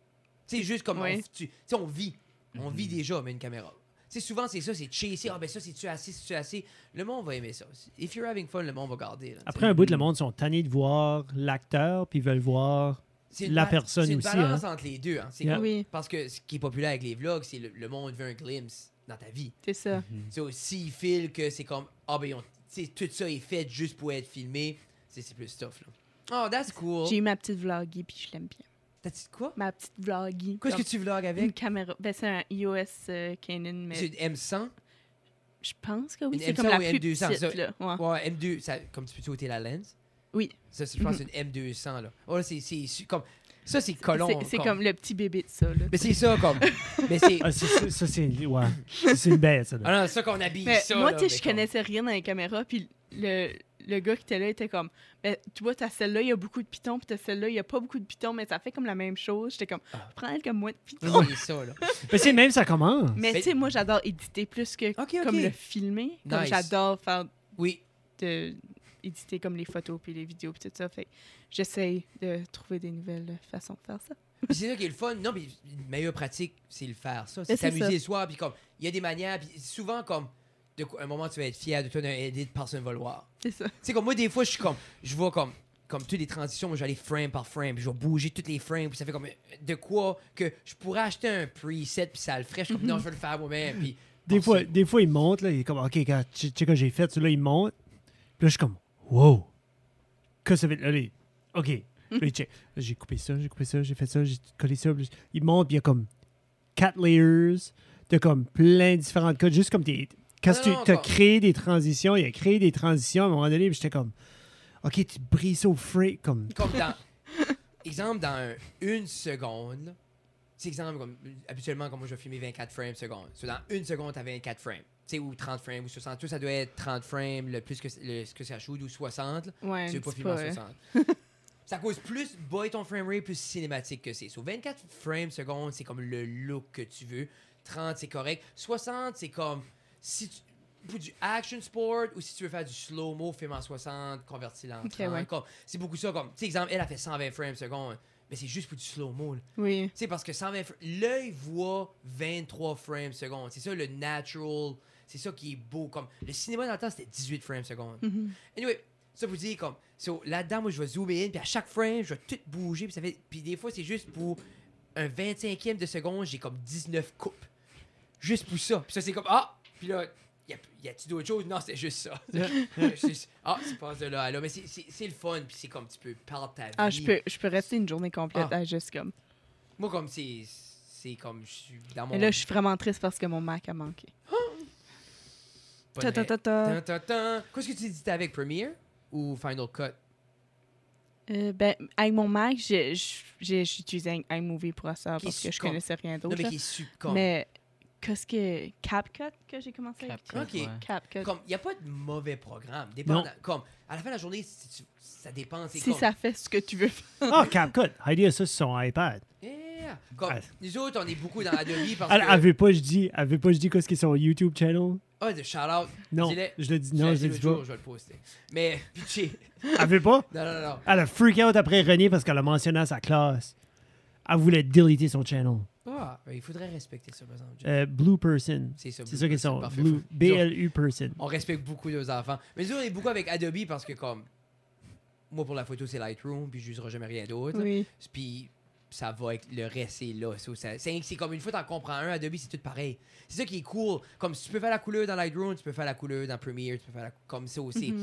A: Tu sais, juste comme,
B: Oui.
A: on, tu, tu sais, on vit. On vit
C: Mhm.
A: déjà, mais une caméra. Tu sais, souvent, c'est ça, c'est chasser. Ah, ben ça, c'est-tu assez, c'est-tu assez? Le monde va aimer ça. If you're having fun, le monde va garder. là, tu sais.
C: Après un bout, le monde sont tannés de voir l'acteur, puis ils veulent voir.
A: C'est une
C: la
A: ba-
C: personne
A: c'est une
C: aussi,
A: balance entre les deux. hein. C'est
C: Yeah.
A: comme-
B: Oui,
A: Parce que ce qui est populaire avec les vlogs, c'est le, le monde veut un glimpse dans ta vie.
B: c'est ça.
A: C'est aussi il file que c'est comme ah ben on- tu sais, tout ça est fait juste pour être filmé. C'est c'est plus tough là. Oh that's cool.
B: J'ai eu ma petite vloggy, puis je l'aime bien.
A: T'as dit de quoi
B: Ma petite vloggy.
A: Qu'est-ce que
B: Comme
A: tu vlogs
B: Une
A: avec
B: caméra. Ben, c'est un iOS euh, Canon,
A: C'est
B: mais
A: une M100
B: je pense que oui.
A: une
B: C'est comme
A: M100
B: la
A: ou
B: plus
A: M200,
B: petite,
A: ça.
B: là. Ouais.
A: Ouais, M2 ça comme tu peux sauter la lens.
B: Oui.
A: Ça c'est- je pense c'est une M200 là. Oh là, c'est c'est su- comme ça Mhm. c'est colon.
B: C'est- C'est comme le petit bébé de ça, là.
A: Mais c'est ça comme mais c'est
C: Ah, c'est- ça, ça, c'est. Ouais. Ça, c'est une bête, ça. là.
A: Ah non, c'est ça qu'on habille
B: Mais
A: ça.
B: moi,
A: là,
B: tu
A: mais
B: sais, je
A: comme-
B: connaissais rien dans les caméras, puis le, le gars qui était là était comme, ben, tu vois, t'as celle-là, il y a beaucoup de pitons, puis t'as celle-là, il y a pas beaucoup de pitons, mais ça fait comme la même chose. J'étais comme,
A: Ah.
B: prends elle comme moi de pitons.
A: Ouais, c'est ça là.
C: Mais c'est même, ça commence.
B: Mais
A: Mais-
B: tu sais, moi, j'adore éditer plus que
A: OK, OK.
B: comme le filmer. Comme
A: Nice.
B: j'adore faire
A: Oui,
B: de éditer comme les photos puis les vidéos puis tout ça. Fait que j'essaye de trouver des nouvelles euh, façons de faire ça.
A: Puis c'est ça qui est le fun. Non, mais une meilleure pratique, c'est le faire, ça. C'est
B: Ben, c'est
A: s'amuser
B: ça.
A: le soir. Puis comme, il y a des manières. Puis souvent, comme, de quoi- un moment, tu vas être fier de toi d'un edit, personne va le voir.
B: C'est ça.
A: Tu sais, comme moi, des fois, je suis comme, je vois comme, comme toutes les transitions, moi, j'allais frame par frame. Puis je vais bouger toutes les frames. Puis ça fait comme, euh, de quoi que je pourrais acheter un preset, puis ça le ferait. Je suis comme,
B: Mm-hmm.
A: non, je vais le faire moi-même. Puis.
C: Des
A: bon,
C: fois,
A: c'est-
C: des fois, il monte, là, il est comme, OK, gars, tu sais que j'ai fait, celui-là, il monte. Puis là, je suis comme, wow, que ça fait, là, il- OK. Là, il check. Là, J'ai coupé ça, j'ai coupé ça, j'ai fait ça, j'ai collé ça. Puis là, Il monte, puis il y a comme quatre layers, t'as comme plein de différentes codes, juste comme t'es... Quand
A: Non,
C: tu
A: non,
C: as
A: encore.
C: créé des transitions, il a créé des transitions à un moment donné, puis j'étais comme, OK, tu brises au frais, comme...
A: Comme dans. exemple, dans un- une seconde. là. C'est exemple, comme, habituellement, comme moi, je vais filmer 24 frames seconde. So, dans une seconde, tu as 24 frames. Tu sais, ou 30 frames, ou 60. Tout ça doit être 30 frames, le plus que, le, ce que ça shoot, ou 60. là.
B: Ouais,
A: Tu veux pas
B: c'est
A: filmer en
B: pas, euh,
A: 60. ça cause plus boy ton frame rate, plus cinématique que c'est. So, 24 frames seconde, c'est comme le look que tu veux. 30, c'est correct. 60, c'est comme si tu pour du action sport ou si tu veux faire du slow-mo, film en 60, converti en
B: Ok,
A: 30.
B: ouais.
A: Comme- C'est beaucoup ça. Comme, tu sais, exemple, elle a fait 120 frames seconde, mais c'est juste pour du slow-mo. là.
B: Oui.
A: Tu sais, parce que 120 fr- l'œil voit 23 frames seconde. C'est ça le natural. C'est ça qui est beau. Comme, le cinéma dans le temps, c'était 18 frames seconde.
B: Mhm.
A: Anyway, ça vous dit comme. so, Là-dedans, moi, je vais zoomer in, puis à chaque frame, je vais tout bouger, puis ça fait. Puis des fois, c'est juste pour un 25e de seconde, j'ai comme 19 coupes. Juste pour ça. Puis ça, c'est comme. Ah! Puis là, y a- y a-tu d'autres choses? Non, c'est juste ça. C'est juste- ah, tu passes de là à là. Mais c'est- c'est c'est le fun, puis c'est comme tu peux perdre ta vie.
B: Ah, je peux, je peux rester une journée complète
A: Ah.
B: à juste comme.
A: Moi, comme c'est. C'est comme je suis dans mon.
B: Et là, je suis vraiment triste parce que mon Mac a manqué.
A: pas
B: Ta
A: de-
B: ta ta ta.
A: Tan, tan, tan. Qu'est-ce que tu dis? T'es avec Premiere ou Final Cut?
B: Euh, ben, avec mon Mac, j'ai j'ai- j'ai utilisé iMovie pour ça
A: Qui
B: parce que je
A: succombe.
B: connaissais rien
A: Non,
B: d'autre.
A: mais
B: là.
A: qui est super.
B: Oh, Mais qu'est-ce que CapCut que j'ai commencé à
D: Capcom,
A: Ok.
D: ouais.
B: CapCut.
A: Comme, il n'y a pas de mauvais programme.
C: Non.
A: Dépendant, comme, à la fin de la journée, si tu- ça dépend. c'est
B: Si
A: comme,
B: ça fait ce que tu veux faire.
C: Ah, CapCut. Heidi a ça sur son iPad.
A: Yeah. Comme,
C: Ouais.
A: Nous autres, on est beaucoup dans Adobe parce
C: Elle
A: que...
C: avait pas, je dis, elle veut pas, je dis, qu'est-ce qui est son YouTube channel?
A: Ah, de shout-out.
C: Non,
A: Dis-le.
C: je le dis,
A: Je l'ai
C: non,
A: dit
C: je le dis
A: l'autre
C: pas.
A: jour, Je vais le poster. Mais, pitché.
C: Elle veut pas?
A: Non, non, non.
C: Elle a freak out après René parce qu'elle a mentionné à sa classe. Elle voulait deleter son channel.
A: Ah, ben, il faudrait respecter ça, par exemple.
C: Euh, blue Person.
A: C'est ça.
C: C'est ça qu'ils sont.
A: Parfait.
C: Blue, BLU Person.
A: On respecte beaucoup nos enfants. Mais nous, on est beaucoup avec Adobe parce que, comme, moi, pour la photo, c'est Lightroom, puis je n'userai jamais rien d'autre.
B: Oui.
A: Puis ça va avec le reste, c'est là. So, ça- C'est c'est comme une fois, t'en comprends un, Adobe, c'est tout pareil. C'est ça qui est cool. Comme si tu peux faire la couleur dans Lightroom, tu peux faire la couleur dans Premiere, tu peux faire la- comme ça aussi.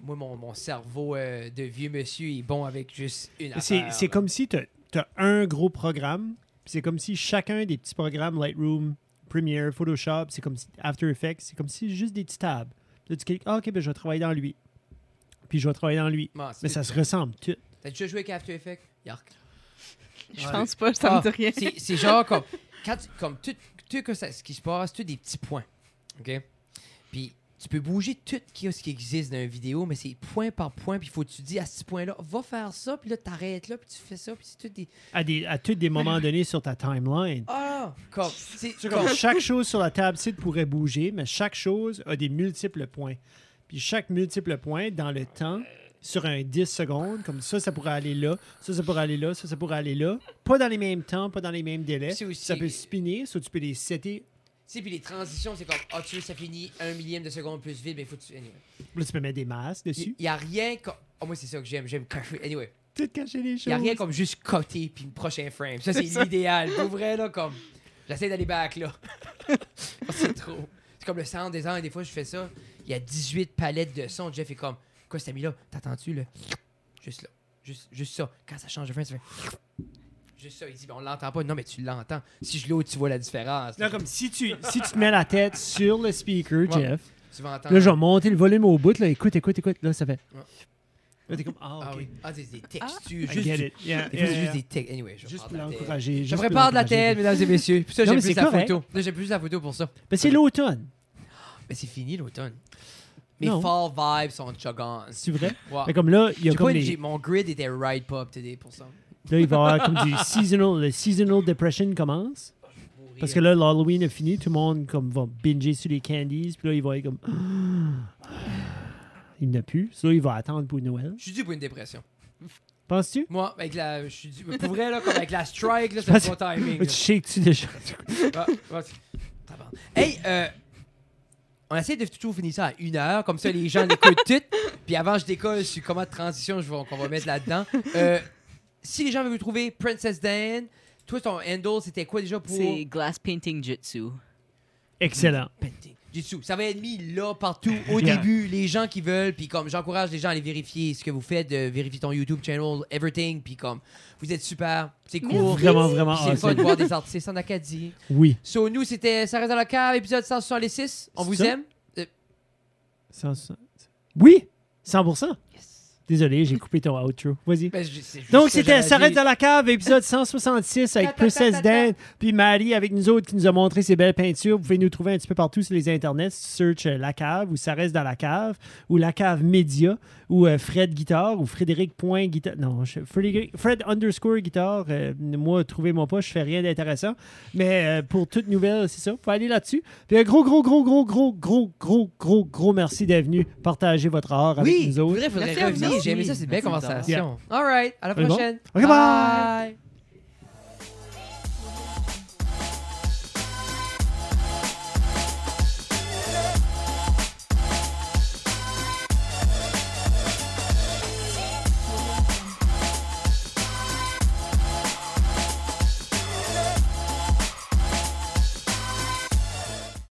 A: Moi, mon, mon cerveau euh, de vieux monsieur est bon avec juste une
C: C'est
A: affaire.
C: c'est
A: là.
C: comme si tu as un gros programme, puis c'est comme si chacun des petits programmes, Lightroom, Premiere, Photoshop, c'est comme si After Effects, c'est comme si juste des petits tabs. Là, tu cliques, ah, ok, ben, je vais travailler dans lui. Puis je vais travailler dans lui.
A: Ah, c'est-
C: Mais ça se ressemble tout.
A: T'as déjà joué avec After Effects? Yark.
B: Je
C: Ouais.
B: pense pas, ça
A: Ah,
B: me dit rien.
A: C'est c'est genre comme, quand tu- comme tout, tout que ça- ce qui se passe, tout des petits points. OK? Puis tu peux bouger tout qui- ce qui existe dans une vidéo, mais c'est point par point. Puis il faut que tu dis à ce point-là, va faire ça, puis là, t'arrêtes là, puis tu fais ça, puis c'est tout des.
C: À, des, à tous des moments donnés sur ta timeline.
A: Ah! Comme. C'est
C: C'est
A: comme.
C: comme chaque chose sur la table site pourrait bouger, mais chaque chose a des multiples points. Puis chaque multiple point dans le temps, sur un 10 secondes, comme ça, ça pourrait aller là, ça, ça pourrait aller là, ça, ça pourrait aller là. Pas dans les mêmes temps, pas dans les mêmes délais.
A: C'est aussi-
C: Ça peut spinner, soit tu peux les setter.
A: Tu sais, puis les transitions, c'est comme, ah, tu veux, ça finit un millième de seconde plus vite, mais il faut que tu. Anyway.
C: Là, tu peux mettre des masses
A: Il
C: dessus.
A: n'y a rien comme. Oh, moi, c'est ça que j'aime, j'aime cacher. Anyway.
C: Tout cacher les
A: Il
C: choses.
A: n'y a rien comme juste coter puis le prochain frame. Ça, c'est l'idéal. Pour vrai, là, comme. J'essaie d'aller back, là. Oh, c'est trop. C'est comme le sound design. Des fois, je fais ça. Il y a 18 palettes de sons. Jeff est comme. Quoi, cet ami-là T'entends-tu, là Juste là. Juste, juste ça. Quand ça change de frame, ça fait. Juste ça. Il dit, ben, on l'entend pas. Non, mais tu l'entends. Si je l'autre, tu vois la différence.
C: Là, comme si tu, si tu te mets la tête sur le speaker,
A: Ouais.
C: Jeff,
A: Tu vas entendre.
C: là, je vais monter le volume au bout. Là, écoute, écoute, écoute. Là, ça fait.
A: Ouais.
C: Là, t'es comme, ah, ok.
A: Ah oui. Ah, c'est des textures.
C: I
A: juste
C: get
A: du-
C: it. Yeah,
A: Des
C: yeah,
A: fois, c'est
C: yeah.
A: juste des textes. Anyway, je
C: Juste
A: prends
C: pour
A: de la tête.
C: l'encourager.
A: Je
C: juste pour
A: prépare de la
C: l'encourager.
A: tête, mesdames et messieurs. Pour ça,
C: Non,
A: j'ai
C: mais
A: plus
C: c'est
A: la
C: correct.
A: photo. Là, j'ai plus la photo pour ça.
C: Mais c'est l'automne.
A: Mais c'est fini l'automne. Mes
C: Non.
A: fall vibes sont chuggons.
C: C'est vrai?
A: Wow.
C: Mais comme là, il y a
A: Ah. J'ai
C: comme
A: pas une-
C: les-
A: j'ai- Mon grid était right pop today pour ça.
C: là, il va y avoir comme du seasonal, le seasonal depression commence. Parce que là, l'Halloween est fini, tout le monde comme va binger sur les candies, puis là, il va être comme, il n'a plus. Ça, il va attendre pour Noël.
A: Je suis dû pour une dépression.
C: Penses-tu?
A: Moi, avec la. Je suis dû. Pour vrai, là, comme avec la strike, là,
C: pense-
A: c'est bon timing.
C: Tu
A: là.
C: shakes-tu déjà?
A: Ah, ah, c'est- tabarnak. Hey, euh, on essaie de toujours finir ça à une heure, comme ça les gens l'écoutent tout. Puis avant, je décolle sur comment de transition je vais- qu'on va mettre là-dedans. Euh, si les gens veulent vous trouver, Princess Dan, toi ton handle, c'était quoi déjà pour
D: C'est Glass Painting Jutsu.
C: Excellent.
A: Painting. Jitsu. Ça va être mis là partout au
C: Yeah.
A: début, les gens qui veulent, puis comme j'encourage les gens à aller vérifier ce que vous faites, de vérifier ton YouTube channel, everything, puis comme vous êtes super, c'est cool,
C: Vraiment, vraiment
A: Puis c'est le fun
C: awesome.
A: de voir des artistes en Acadie.
C: Oui.
A: So, nous, c'était Ça reste dans la cave, épisode 166. On
C: C'est
A: vous
C: ça?
A: aime.
C: Cent- cent- Oui! 100%.
A: Yes.
C: Désolé, j'ai coupé ton outro. Vas-y.
A: Ben, je- c'est juste
C: Donc,
A: ça,
C: c'était
A: j'avais
C: S'arrête
A: dit.
C: dans la cave, épisode 166 avec
A: Ta, ta, ta, ta,
C: Princess Dan, puis Marie avec nous autres qui nous a montré ses belles peintures. Vous pouvez nous trouver un petit peu partout sur les internets. Search euh, La Cave ou Ça reste dans la cave ou La Cave Média ou euh, Fred Guitare ou Frédéric.guitare. Non, je- Frédéric- Fred underscore guitare. euh, moi, trouvez-moi pas, je fais rien d'intéressant. Mais euh, pour toute nouvelle, c'est ça. Faut aller là-dessus. Puis un gros, gros, gros, gros, gros, gros, gros, gros, gros merci d'être venu partager votre art avec
A: Oui,
C: nous autres.
A: faudrait, faudrait
B: Merci à vous
A: revenir.
D: autres.
A: J'ai aimé ça, c'est une belle
D: Merci.
A: conversation. All right, à la
C: C'est bon?
A: prochaine.
C: Ok, bye.
A: bye.